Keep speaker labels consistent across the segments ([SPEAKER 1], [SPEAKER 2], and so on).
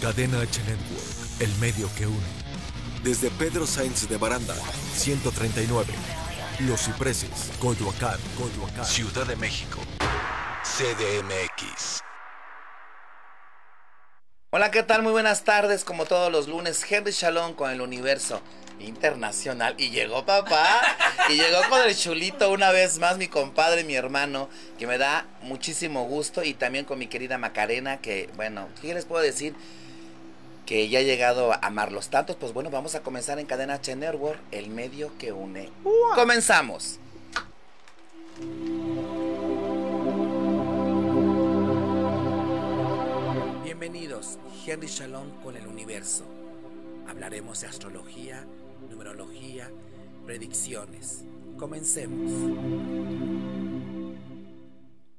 [SPEAKER 1] Cadena H Network, el medio que une. Desde Pedro Sainz de Baranda, 139. Los Cipreses, Coyoacán, Coyoacán.
[SPEAKER 2] Ciudad de México, CDMX.
[SPEAKER 3] Hola, ¿qué tal? Muy buenas tardes. Como todos los lunes, Henry Shalom con el universo internacional. Y llegó papá. y llegó con el chulito una vez más, mi compadre, mi hermano, que me da muchísimo gusto. Y también con mi querida Macarena, que, bueno, ¿qué les puedo decir? Que ya ha llegado a amar los tantos. Pues bueno, vamos a comenzar en Cadena H Network, el medio que une. Comenzamos.
[SPEAKER 4] Bienvenidos, Henry Shalom con el universo. Hablaremos de astrología, numerología, predicciones. Comencemos.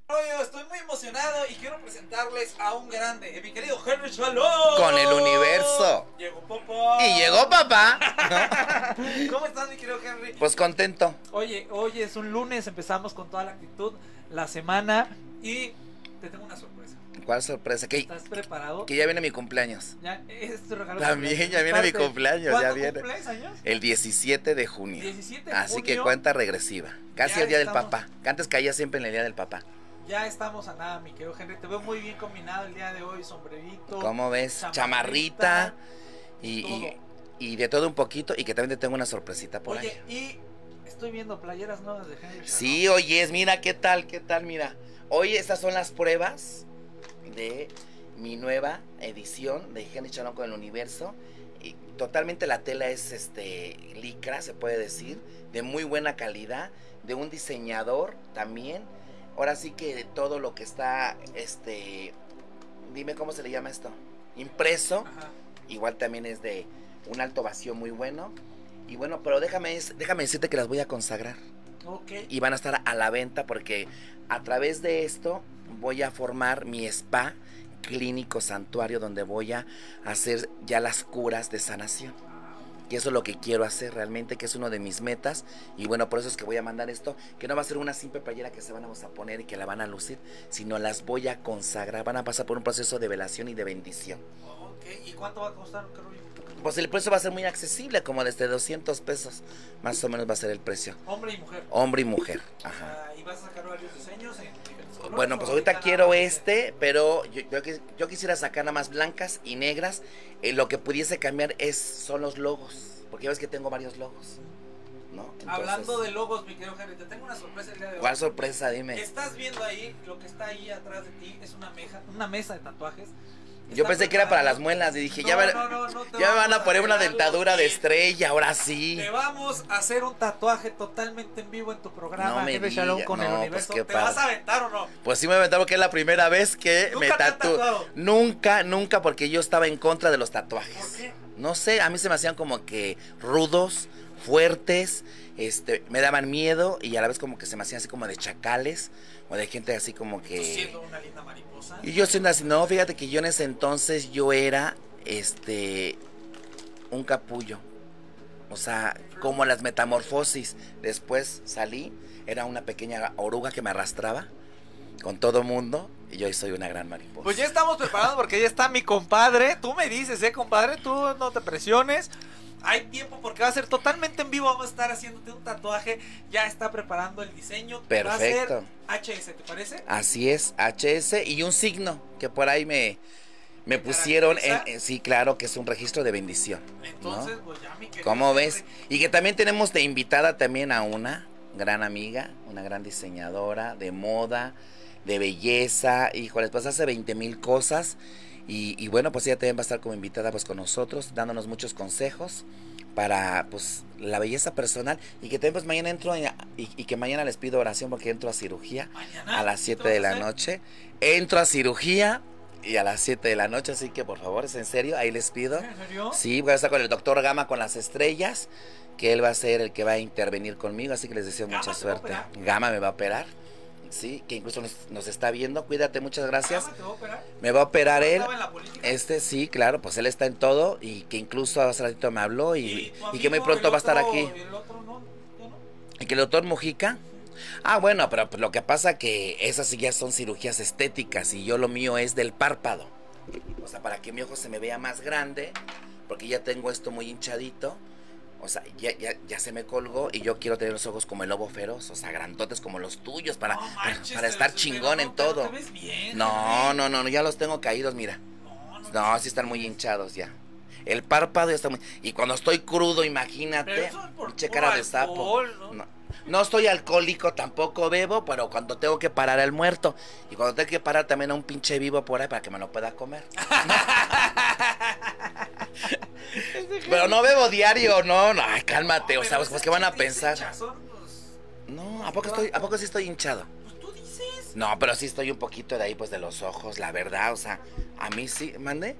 [SPEAKER 5] Rollo, estoy muy emocionado y quiero presentarles a un grande, eh, mi querido Henry Shalom.
[SPEAKER 3] Con el universo.
[SPEAKER 5] Llegó Popo.
[SPEAKER 3] Y llegó papá.
[SPEAKER 5] ¿Cómo estás, mi querido Henry?
[SPEAKER 3] Pues contento.
[SPEAKER 5] Oye, hoy es un lunes, empezamos con toda la actitud la semana y te tengo una sorpresa.
[SPEAKER 3] ¿Cuál sorpresa? Que,
[SPEAKER 5] ¿Estás preparado?
[SPEAKER 3] que ya viene mi cumpleaños.
[SPEAKER 5] Ya, es tu regalo.
[SPEAKER 3] También, ya viene mi cumpleaños, ya viene.
[SPEAKER 5] ¿Cuántos años?
[SPEAKER 3] El 17 de junio.
[SPEAKER 5] 17 de
[SPEAKER 3] Así que
[SPEAKER 5] junio.
[SPEAKER 3] cuenta regresiva. Casi
[SPEAKER 5] Ya
[SPEAKER 3] el día del
[SPEAKER 5] estamos.
[SPEAKER 3] papá. Que antes caía siempre en el día del papá.
[SPEAKER 5] Ya estamos a nada, mi querido Henry. Te veo muy bien combinado el día de hoy, sombrerito.
[SPEAKER 3] ¿Cómo ves?
[SPEAKER 5] chamarrita,
[SPEAKER 3] Chamarrita. Y, y-
[SPEAKER 5] todo.
[SPEAKER 3] y de todo un poquito. Y que también te tengo una sorpresita por ahí.
[SPEAKER 5] Oye, y estoy viendo playeras nuevas de Henry Shalom.
[SPEAKER 3] Sí, oye, es, mira qué tal, qué tal, mira. Hoy estas son las pruebas de mi nueva edición de Henry Chalón con el universo. Y totalmente la tela es este licra, se puede decir, de muy buena calidad, de un diseñador también. Ahora sí que de todo lo que está este dime cómo se le llama esto, impreso.
[SPEAKER 5] Ajá.
[SPEAKER 3] Igual también es de un alto vacío muy bueno. Y bueno, pero déjame, déjame decirte que las voy a consagrar
[SPEAKER 5] Ok.
[SPEAKER 3] y van a estar a la venta porque a través de esto voy a formar mi spa clínico santuario donde voy a hacer ya las curas de sanación. Y eso es lo que quiero hacer realmente, que es uno de mis metas. Y bueno, por eso es que voy a mandar esto, que no va a ser una simple playera que se van a poner y que la van a lucir, sino las voy a consagrar, van a pasar por un proceso de velación y de bendición.
[SPEAKER 5] Ok, ¿y cuánto va a costar un rollo?
[SPEAKER 3] Pues el precio va a ser muy accesible, como desde 200 pesos, más o menos va a ser el precio.
[SPEAKER 5] Hombre y mujer.
[SPEAKER 3] Hombre y mujer. Ajá.
[SPEAKER 5] Ah, y vas a sacar varios diseños en diferentes colores,
[SPEAKER 3] Bueno,
[SPEAKER 5] ¿o
[SPEAKER 3] pues ahorita
[SPEAKER 5] nada
[SPEAKER 3] quiero
[SPEAKER 5] más
[SPEAKER 3] este, pero yo, yo quis- yo quisiera sacar nada más blancas y negras. Eh, lo que pudiese cambiar es son los logos, porque ya ves que tengo varios logos, ¿no? Entonces,
[SPEAKER 5] Hablando de logos, mi querido Henry, te tengo una sorpresa el día de hoy.
[SPEAKER 3] ¿Cuál sorpresa? Dime.
[SPEAKER 5] Estás viendo ahí, lo que está ahí atrás de ti es una mesa, una mesa de tatuajes.
[SPEAKER 3] Yo
[SPEAKER 5] Está
[SPEAKER 3] pensé que era para las
[SPEAKER 5] preparado.
[SPEAKER 3] muelas y dije,
[SPEAKER 5] No,
[SPEAKER 3] ya, me,
[SPEAKER 5] no, no, no, te
[SPEAKER 3] ya me van
[SPEAKER 5] vamos
[SPEAKER 3] a poner una
[SPEAKER 5] regalar los
[SPEAKER 3] dentadura de
[SPEAKER 5] tips.
[SPEAKER 3] estrella, ahora sí.
[SPEAKER 5] Te vamos a hacer un tatuaje totalmente en vivo en tu programa.
[SPEAKER 3] No me
[SPEAKER 5] Henry Shalom
[SPEAKER 3] diga,
[SPEAKER 5] con el
[SPEAKER 3] no, pues
[SPEAKER 5] universo.
[SPEAKER 3] qué
[SPEAKER 5] ¿Te
[SPEAKER 3] padre.
[SPEAKER 5] vas a aventar o no?
[SPEAKER 3] Pues sí me aventaron que es la primera vez que
[SPEAKER 5] Nunca
[SPEAKER 3] me
[SPEAKER 5] te han
[SPEAKER 3] tatué.
[SPEAKER 5] tatuado.
[SPEAKER 3] Nunca, nunca, porque yo estaba en contra de los
[SPEAKER 5] ¿Por
[SPEAKER 3] tatuajes.
[SPEAKER 5] qué?
[SPEAKER 3] No sé, a mí se me hacían como que rudos, fuertes, este, me daban miedo y a la vez como que se me hacían así como de chacales o de gente así como
[SPEAKER 5] Tú
[SPEAKER 3] que...
[SPEAKER 5] siendo una linda mariposa.
[SPEAKER 3] eh, Y yo siendo así, no, fíjate que yo en ese entonces yo era, este, un capullo. O sea, como las metamorfosis. Después salí, era una pequeña oruga que me arrastraba con todo mundo y yo hoy soy una gran mariposa.
[SPEAKER 5] Pues ya estamos preparados porque ya está mi compadre. Tú me dices, eh, compadre, tú no te presiones. Hay tiempo porque va a ser totalmente en vivo. Vamos a estar haciéndote un tatuaje. Ya está preparando el diseño.
[SPEAKER 3] Perfecto.
[SPEAKER 5] Va a ser HS, ¿te parece?
[SPEAKER 3] Así es, HS y un signo que por ahí me, me pusieron en,
[SPEAKER 5] caracteriza?
[SPEAKER 3] en- sí, claro que es un registro de bendición.
[SPEAKER 5] Entonces, pues ya mi querido.
[SPEAKER 3] ¿Cómo
[SPEAKER 5] Henry,
[SPEAKER 3] ves? Y que también tenemos de invitada también a una gran amiga, una gran diseñadora de moda, de belleza, híjole, pues hace 20 mil cosas. Y, y bueno, pues ella también va a estar como invitada pues con nosotros, dándonos muchos consejos para pues la belleza personal. Y que también pues mañana entro en- y- y que mañana les pido oración porque entro a cirugía
[SPEAKER 5] Mañana.
[SPEAKER 3] a las
[SPEAKER 5] ¿qué
[SPEAKER 3] 7
[SPEAKER 5] te
[SPEAKER 3] de
[SPEAKER 5] vas a
[SPEAKER 3] la
[SPEAKER 5] hacer?
[SPEAKER 3] noche. Entro a cirugía y a las 7 de la noche, así que por favor, es en serio, ahí les pido.
[SPEAKER 5] ¿eh? ¿En serio?
[SPEAKER 3] Sí, voy a estar con el doctor Gama con las estrellas, que él va a ser el que va a intervenir conmigo, así que les deseo
[SPEAKER 5] ¿Gama te
[SPEAKER 3] mucha
[SPEAKER 5] va a
[SPEAKER 3] suerte.
[SPEAKER 5] operar?
[SPEAKER 3] Gama me va a operar. Sí, que incluso nos, nos está viendo. Cuídate, muchas gracias.
[SPEAKER 5] Gama Ah, te va a operar.
[SPEAKER 3] Me va a operar él.
[SPEAKER 5] Estaba en la política.
[SPEAKER 3] Este sí, claro, pues él está en todo y que incluso hace ratito me habló y,
[SPEAKER 5] tu
[SPEAKER 3] y que muy
[SPEAKER 5] amigo,
[SPEAKER 3] pronto
[SPEAKER 5] el
[SPEAKER 3] va a estar
[SPEAKER 5] otro-
[SPEAKER 3] aquí.
[SPEAKER 5] el otro no, ya no.
[SPEAKER 3] ¿Y que el doctor Mujica? Ah, bueno, pero pues, lo que pasa que esas sí ya son cirugías estéticas y yo lo mío es del párpado. O sea, para que mi ojo se me vea más grande, porque ya tengo esto muy hinchadito. O sea, ya, ya, ya se me colgó y yo quiero tener los ojos como el lobo feroz, o sea, grandotes como los tuyos para,
[SPEAKER 5] No manches,
[SPEAKER 3] para estar
[SPEAKER 5] pero-
[SPEAKER 3] chingón
[SPEAKER 5] pero
[SPEAKER 3] en
[SPEAKER 5] no, pero
[SPEAKER 3] todo.
[SPEAKER 5] te ves bien,
[SPEAKER 3] No,
[SPEAKER 5] Jaime.
[SPEAKER 3] no, no, no, ya los tengo caídos, mira.
[SPEAKER 5] No, no,
[SPEAKER 3] No, sí están muy hinchados ya. El párpado ya está muy... Y cuando estoy crudo,
[SPEAKER 5] Pero
[SPEAKER 3] imagínate,
[SPEAKER 5] eso es por
[SPEAKER 3] pinche
[SPEAKER 5] puro
[SPEAKER 3] cara de sapo.
[SPEAKER 5] alcohol, ¿no?
[SPEAKER 3] No, no estoy alcohólico, tampoco bebo, pero cuando tengo que parar al muerto. Y cuando tengo que parar también a un pinche vivo por ahí para que me lo pueda comer. pero no bebo diario, no, no, ay, cálmate, o
[SPEAKER 5] Ah,
[SPEAKER 3] sea,
[SPEAKER 5] Pero
[SPEAKER 3] pues,
[SPEAKER 5] ese
[SPEAKER 3] ¿qué van a
[SPEAKER 5] pinche
[SPEAKER 3] pensar?
[SPEAKER 5] hinchazón, pues,
[SPEAKER 3] No, ¿a poco, estoy, ¿a poco sí estoy hinchado?
[SPEAKER 5] pues tú dices.
[SPEAKER 3] No, pero sí estoy un poquito de ahí, pues de los ojos, la verdad. O sea, a mí sí, mandé.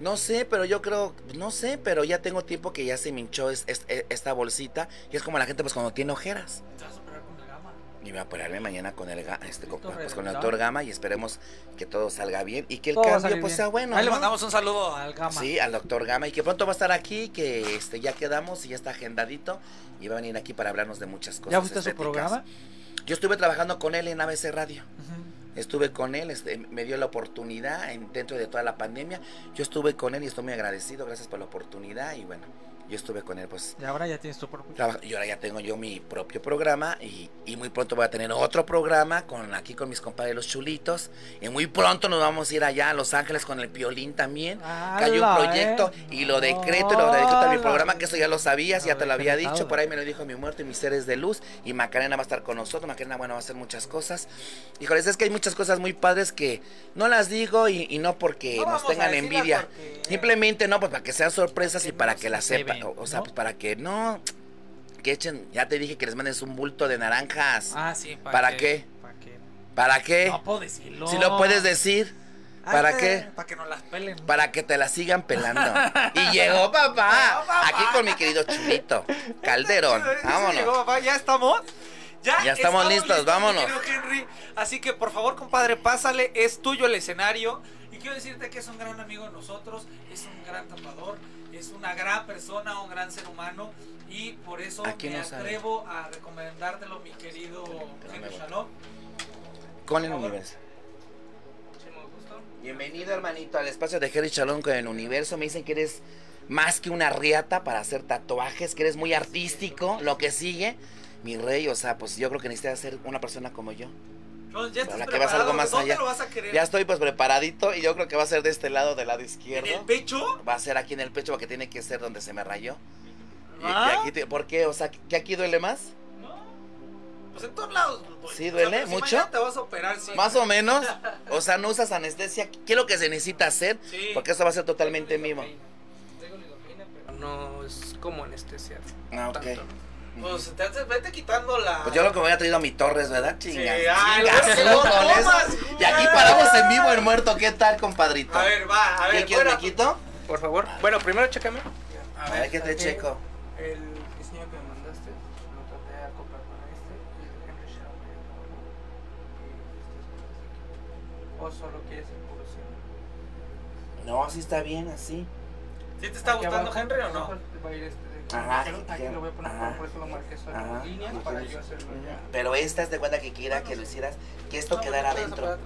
[SPEAKER 3] No sé, pero yo creo, no sé, pero ya tengo tiempo que ya se me hinchó es- es- e- esta bolsita. Y es como la gente, pues cuando tiene ojeras.
[SPEAKER 5] Te vas a operar con la gama.
[SPEAKER 3] Y voy a operarme mañana con el, ga- este, con,
[SPEAKER 5] Doctor
[SPEAKER 3] pues, con el
[SPEAKER 5] Gama.
[SPEAKER 3] doctor Gama y esperemos que todo salga bien y que el
[SPEAKER 5] Todo va a
[SPEAKER 3] cambio
[SPEAKER 5] salir
[SPEAKER 3] pues
[SPEAKER 5] bien.
[SPEAKER 3] sea bueno.
[SPEAKER 5] Ahí le
[SPEAKER 3] ¿no?
[SPEAKER 5] mandamos un saludo al Gama.
[SPEAKER 3] Sí, al doctor Gama y que pronto va a estar aquí, que este, ya quedamos y ya está agendadito y va a venir aquí para hablarnos de muchas cosas.
[SPEAKER 5] ¿Ya fuiste a su
[SPEAKER 3] estéticas.
[SPEAKER 5] programa?
[SPEAKER 3] Yo estuve trabajando con él en ABC Radio.
[SPEAKER 5] Ujú.
[SPEAKER 3] Estuve con él, este, me dio la oportunidad en- dentro de toda la pandemia. Yo estuve con él y estoy muy agradecido, gracias por la oportunidad. Y bueno, yo estuve con él, pues.
[SPEAKER 5] Y ahora ya tienes tu propio.
[SPEAKER 3] traba- Y ahora ya tengo yo mi propio programa y, y muy pronto voy a tener otro programa con aquí con mis compadres los chulitos. Y muy pronto nos vamos a ir allá a Los Ángeles con el piolín también. Que hay un
[SPEAKER 5] ¡Hala,
[SPEAKER 3] proyecto
[SPEAKER 5] eh! Ah,
[SPEAKER 3] y lo decreto y lo decreto en mi
[SPEAKER 5] ¡Hala!
[SPEAKER 3] programa, que eso ya lo sabías,
[SPEAKER 5] Lo
[SPEAKER 3] ya te lo había
[SPEAKER 5] decretado.
[SPEAKER 3] dicho, por ahí me lo dijo mi muerto y mis seres de luz, y Macarena va a estar con nosotros, Macarena, bueno, va a hacer muchas cosas. Híjoles, es que hay muchas cosas muy padres que no las digo y, y no porque
[SPEAKER 5] No
[SPEAKER 3] nos
[SPEAKER 5] vamos a
[SPEAKER 3] tengan
[SPEAKER 5] decirlas
[SPEAKER 3] envidia.
[SPEAKER 5] porque-
[SPEAKER 3] Simplemente no, pues para que sean sorpresas
[SPEAKER 5] Para
[SPEAKER 3] y
[SPEAKER 5] que
[SPEAKER 3] para
[SPEAKER 5] no
[SPEAKER 3] que las
[SPEAKER 5] se
[SPEAKER 3] sepan,
[SPEAKER 5] ven,
[SPEAKER 3] o, o sea,
[SPEAKER 5] ¿no?
[SPEAKER 3] pues para que no, que echen, ya te dije que les mandes un bulto de naranjas.
[SPEAKER 5] Ah, sí.
[SPEAKER 3] ¿Para
[SPEAKER 5] que-
[SPEAKER 3] qué?
[SPEAKER 5] ¿Para qué?
[SPEAKER 3] ¿Para qué?
[SPEAKER 5] No puedo decirlo.
[SPEAKER 3] Si lo puedes decir.
[SPEAKER 5] Ay,
[SPEAKER 3] ¿para
[SPEAKER 5] eh,
[SPEAKER 3] qué?
[SPEAKER 5] Para que nos las pelen.
[SPEAKER 3] Para que te la sigan pelando. Y llegó papá.
[SPEAKER 5] Llegó papá.
[SPEAKER 3] Aquí con mi querido Chulito. Calderón.
[SPEAKER 5] Eso, eso llegó,
[SPEAKER 3] Vámonos.
[SPEAKER 5] papá, ya estamos.
[SPEAKER 3] Ya estamos listos,
[SPEAKER 5] mi
[SPEAKER 3] vámonos.
[SPEAKER 5] querido Henry. Así que por favor, compadre, pásale, es tuyo el escenario. Y quiero decirte que es un gran amigo de nosotros, es un gran tapador, es una gran persona, un gran ser humano. Y por eso
[SPEAKER 3] Aquí
[SPEAKER 5] me
[SPEAKER 3] no sale.
[SPEAKER 5] atrevo a recomendártelo, mi querido
[SPEAKER 3] Pero me
[SPEAKER 5] Henry
[SPEAKER 3] voy.
[SPEAKER 5] Shalom.
[SPEAKER 3] Con el universo.
[SPEAKER 5] Muchísimo gusto.
[SPEAKER 3] Bienvenido, hermanito, al espacio de Jerry Chalón con el universo. Me dicen que eres más que una riata para hacer tatuajes, que eres muy artístico. Lo que sigue, mi rey, o sea, pues yo creo que necesitas ser una persona como yo.
[SPEAKER 5] No, ya estás
[SPEAKER 3] Ahora que vas
[SPEAKER 5] preparado,
[SPEAKER 3] algo más
[SPEAKER 5] ¿dónde
[SPEAKER 3] allá.
[SPEAKER 5] lo vas a querer?
[SPEAKER 3] Ya estoy pues preparadito y yo creo que va a ser de este lado, del lado
[SPEAKER 5] ¿En el
[SPEAKER 3] izquierdo.
[SPEAKER 5] pecho?
[SPEAKER 3] Va a ser aquí en el pecho porque tiene que ser donde se me rayó. Y- y
[SPEAKER 5] ¿Ah?
[SPEAKER 3] aquí te- ¿Por qué? O sea, ¿que aquí duele más?
[SPEAKER 5] No. Pues en todos lados. güey.
[SPEAKER 3] ¿Sí duele
[SPEAKER 5] pero si
[SPEAKER 3] mucho?
[SPEAKER 5] mañana te vas a operar, sí.
[SPEAKER 3] Más o menos. O sea, no usas anestesia. ¿Qué es lo que se necesita hacer?
[SPEAKER 5] Sí.
[SPEAKER 3] Porque eso va a ser totalmente mimo.
[SPEAKER 2] No es como anestesia.
[SPEAKER 3] Ah, ok.
[SPEAKER 2] Tanto.
[SPEAKER 5] Pues entonces vete quitando la.
[SPEAKER 3] Pues yo lo que me había traído a mi Torres, ¿verdad? Chinga.
[SPEAKER 5] Sí, ay,
[SPEAKER 3] Chinga,
[SPEAKER 5] no,
[SPEAKER 3] tú
[SPEAKER 5] no
[SPEAKER 3] con eso.
[SPEAKER 5] tomas,
[SPEAKER 3] Y aquí
[SPEAKER 5] güey.
[SPEAKER 3] paramos en vivo el muerto. ¿Qué tal, compadrito?
[SPEAKER 5] A ver, va, a
[SPEAKER 3] ¿Qué
[SPEAKER 5] ver.
[SPEAKER 3] quieres,
[SPEAKER 5] fuera.
[SPEAKER 3] me quito?
[SPEAKER 2] Por favor. Bueno, primero chécame.
[SPEAKER 3] A ver, ¿qué te
[SPEAKER 2] saqué
[SPEAKER 3] checo?
[SPEAKER 2] El diseño que me mandaste lo traté de acoplar con este y el Henry Shaw me "Oh, ayudó. este ¿O solo quieres el puro sí?
[SPEAKER 3] No, sí está bien así.
[SPEAKER 5] ¿Sí te está gustando
[SPEAKER 2] Aquí abajo,
[SPEAKER 5] Henry o
[SPEAKER 2] abajo
[SPEAKER 5] no?
[SPEAKER 2] Va a ir este de-
[SPEAKER 3] Ajá,
[SPEAKER 2] Aquí
[SPEAKER 3] sí,
[SPEAKER 2] lo voy a poner,
[SPEAKER 3] ajá.
[SPEAKER 2] por eso lo marqué solo
[SPEAKER 3] Ajá.
[SPEAKER 2] en línea para yo hacerlo ya.
[SPEAKER 3] Pero esta es de cuenta que quiera que lo hicieras, que esto quedara adentro.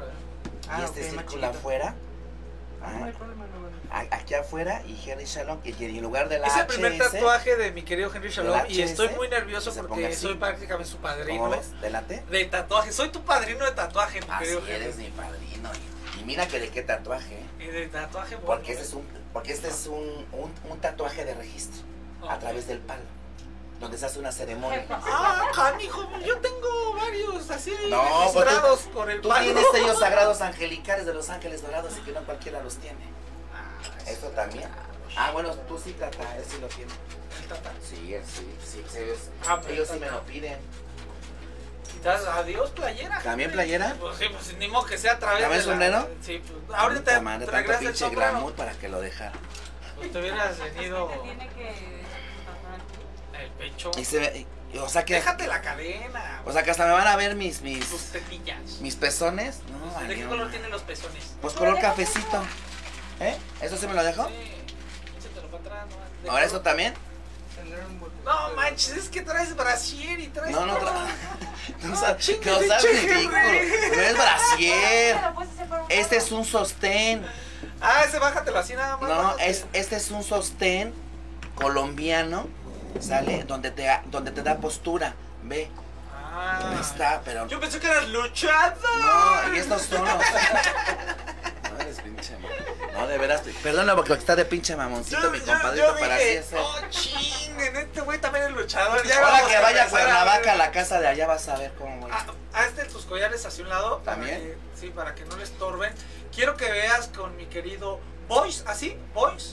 [SPEAKER 3] Y
[SPEAKER 2] Ah,
[SPEAKER 3] este
[SPEAKER 2] ok, más
[SPEAKER 3] círculo
[SPEAKER 2] chiquito.
[SPEAKER 3] afuera.
[SPEAKER 2] Ah, no hay
[SPEAKER 3] Ajá.
[SPEAKER 2] problema, no, bueno.
[SPEAKER 3] A- Aquí afuera y Henry Shalom, que en lugar de la
[SPEAKER 5] Es el primer
[SPEAKER 3] HS,
[SPEAKER 5] tatuaje de mi querido Henry Shalom
[SPEAKER 3] La
[SPEAKER 5] y estoy
[SPEAKER 3] HS,
[SPEAKER 5] muy nervioso
[SPEAKER 3] que se ponga
[SPEAKER 5] porque
[SPEAKER 3] así.
[SPEAKER 5] soy prácticamente su
[SPEAKER 3] ¿Cómo
[SPEAKER 5] padrino
[SPEAKER 3] ves? ¿Delante?
[SPEAKER 5] de tatuaje. Soy tu padrino de tatuaje, mi
[SPEAKER 3] Así
[SPEAKER 5] querido
[SPEAKER 3] eres
[SPEAKER 5] Henry.
[SPEAKER 3] mi padrino. Y, y mira que de qué tatuaje. ¿eh?
[SPEAKER 5] Y de tatuaje bueno,
[SPEAKER 3] Porque este es un, porque este es un, un, un tatuaje de registro
[SPEAKER 5] ¿no?
[SPEAKER 3] a través del palo. Donde se hace una ceremonia.
[SPEAKER 5] Ah, canijo, yo tengo varios así
[SPEAKER 3] No, pues tú-
[SPEAKER 5] registrados con el
[SPEAKER 3] Tú
[SPEAKER 5] palo.
[SPEAKER 3] tienes sellos sagrados angelicales de los ángeles dorados y que no cualquiera los tiene. Esto también. Ah, bueno, tú sí, Tata, él sí lo tiene. Sí, él sí, sí, sí, ellos,
[SPEAKER 5] Ah, pero
[SPEAKER 3] ellos sí
[SPEAKER 5] Tata.
[SPEAKER 3] me lo piden.
[SPEAKER 5] Quizás, adiós playera.
[SPEAKER 3] ¿También
[SPEAKER 5] Henry.
[SPEAKER 3] playera?
[SPEAKER 5] Pues sí, pues ni modo que sea a través
[SPEAKER 3] ¿También
[SPEAKER 5] de la-
[SPEAKER 3] sombrero?
[SPEAKER 5] Sí, pues
[SPEAKER 3] Puta
[SPEAKER 5] ahorita
[SPEAKER 3] madre,
[SPEAKER 5] te
[SPEAKER 3] tanto
[SPEAKER 5] regresas el
[SPEAKER 3] pinche
[SPEAKER 5] sombrero.
[SPEAKER 3] glamour para que lo dejara.
[SPEAKER 5] Pues te hubieras venido
[SPEAKER 6] Te tiene que tapar.
[SPEAKER 5] el pecho.
[SPEAKER 3] Y se ve- y- o sea que,
[SPEAKER 5] Déjate la cadena.
[SPEAKER 3] o sea que hasta me van a ver mis, mis,
[SPEAKER 5] tus tetillas.
[SPEAKER 3] mis pezones. No,
[SPEAKER 5] ¿De
[SPEAKER 3] ay,
[SPEAKER 5] qué
[SPEAKER 3] no.
[SPEAKER 5] color tienen los pezones?
[SPEAKER 3] Pues color cafecito. ¿Eh? ¿Eso sí me lo dejo?
[SPEAKER 5] Sí, échatelo para atrás, no, de color-
[SPEAKER 3] ¿Ahora eso también?
[SPEAKER 2] Tendré un botón
[SPEAKER 5] No
[SPEAKER 2] de-
[SPEAKER 5] manches, es que traes brasier y traes.
[SPEAKER 3] No, no,
[SPEAKER 5] todo.
[SPEAKER 3] tra- no,
[SPEAKER 5] No,
[SPEAKER 3] sabes,
[SPEAKER 5] Ah, chingue,
[SPEAKER 3] no sabes
[SPEAKER 5] pinche
[SPEAKER 3] ridículo.
[SPEAKER 5] Henry.
[SPEAKER 6] Este
[SPEAKER 3] No es brasier.
[SPEAKER 6] Pero puedes hacer por un
[SPEAKER 3] Este
[SPEAKER 6] lado.
[SPEAKER 3] es un sostén.
[SPEAKER 5] Ah, ese bájatelo así nada más.
[SPEAKER 3] No,
[SPEAKER 5] bájate.
[SPEAKER 3] es, este es un sostén colombiano, ¿sale? Donde te, donde te da postura. Ve,
[SPEAKER 5] Ah.
[SPEAKER 3] ahí está, pero.
[SPEAKER 5] Yo pensé que eras luchador.
[SPEAKER 3] No, y estos son los. No eres pinche mamón. No, de veras. Perdona porque está de pinche mamoncito, mi compadrito, para así
[SPEAKER 5] dije,
[SPEAKER 3] hacer.
[SPEAKER 5] oh, chinguen, este güey también es luchador. Ya
[SPEAKER 3] Ahora
[SPEAKER 5] vamos
[SPEAKER 3] que vaya a
[SPEAKER 5] empezar
[SPEAKER 3] Cuernavaca, a
[SPEAKER 5] ver.
[SPEAKER 3] la casa de allá, vas a ver cómo voy.
[SPEAKER 5] Ah, Hazte tus collares hacia un lado. para
[SPEAKER 3] También.
[SPEAKER 5] que- sí, para que no le estorben. Quiero que veas con mi querido Boys, así, Boys.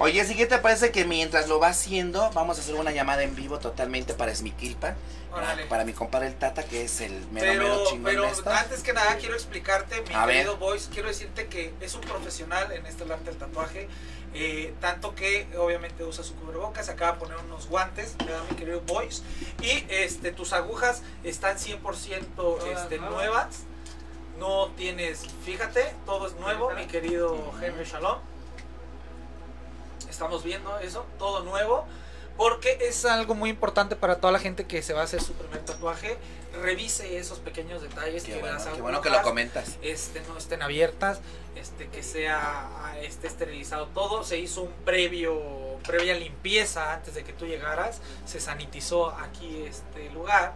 [SPEAKER 3] Oye, si que te parece que mientras lo va haciendo, vamos a hacer una llamada en vivo totalmente para Smikilpa.
[SPEAKER 5] Órale.
[SPEAKER 3] Para, para mi compadre el Tata, que es el mero mero
[SPEAKER 5] Pero,
[SPEAKER 3] chingón
[SPEAKER 5] pero
[SPEAKER 3] de esto.
[SPEAKER 5] antes que nada quiero explicarte, mi
[SPEAKER 3] A ver.
[SPEAKER 5] querido Boys, quiero decirte que es un profesional en este arte del tatuaje, eh, tanto que obviamente usa su cubrebocas, se acaba de poner unos guantes, ¿verdad, mi querido Boys? Y este, tus agujas están 100%
[SPEAKER 2] Todas
[SPEAKER 5] este,
[SPEAKER 2] nuevas.
[SPEAKER 5] nuevas, no tienes, fíjate, todo es nuevo, mi querido Henry Shalom. Estamos viendo eso, todo nuevo. Porque es algo muy importante para toda la gente que se va a hacer su primer tatuaje. Revise esos pequeños detalles.
[SPEAKER 3] Qué bueno,
[SPEAKER 5] las
[SPEAKER 3] qué bueno que lo
[SPEAKER 5] agujas,
[SPEAKER 3] comentas.
[SPEAKER 5] este, no estén abiertas, este, que sea ah, este, esterilizado todo. Se hizo un previo, previa limpieza antes de que tú llegaras. Se sanitizó aquí este lugar.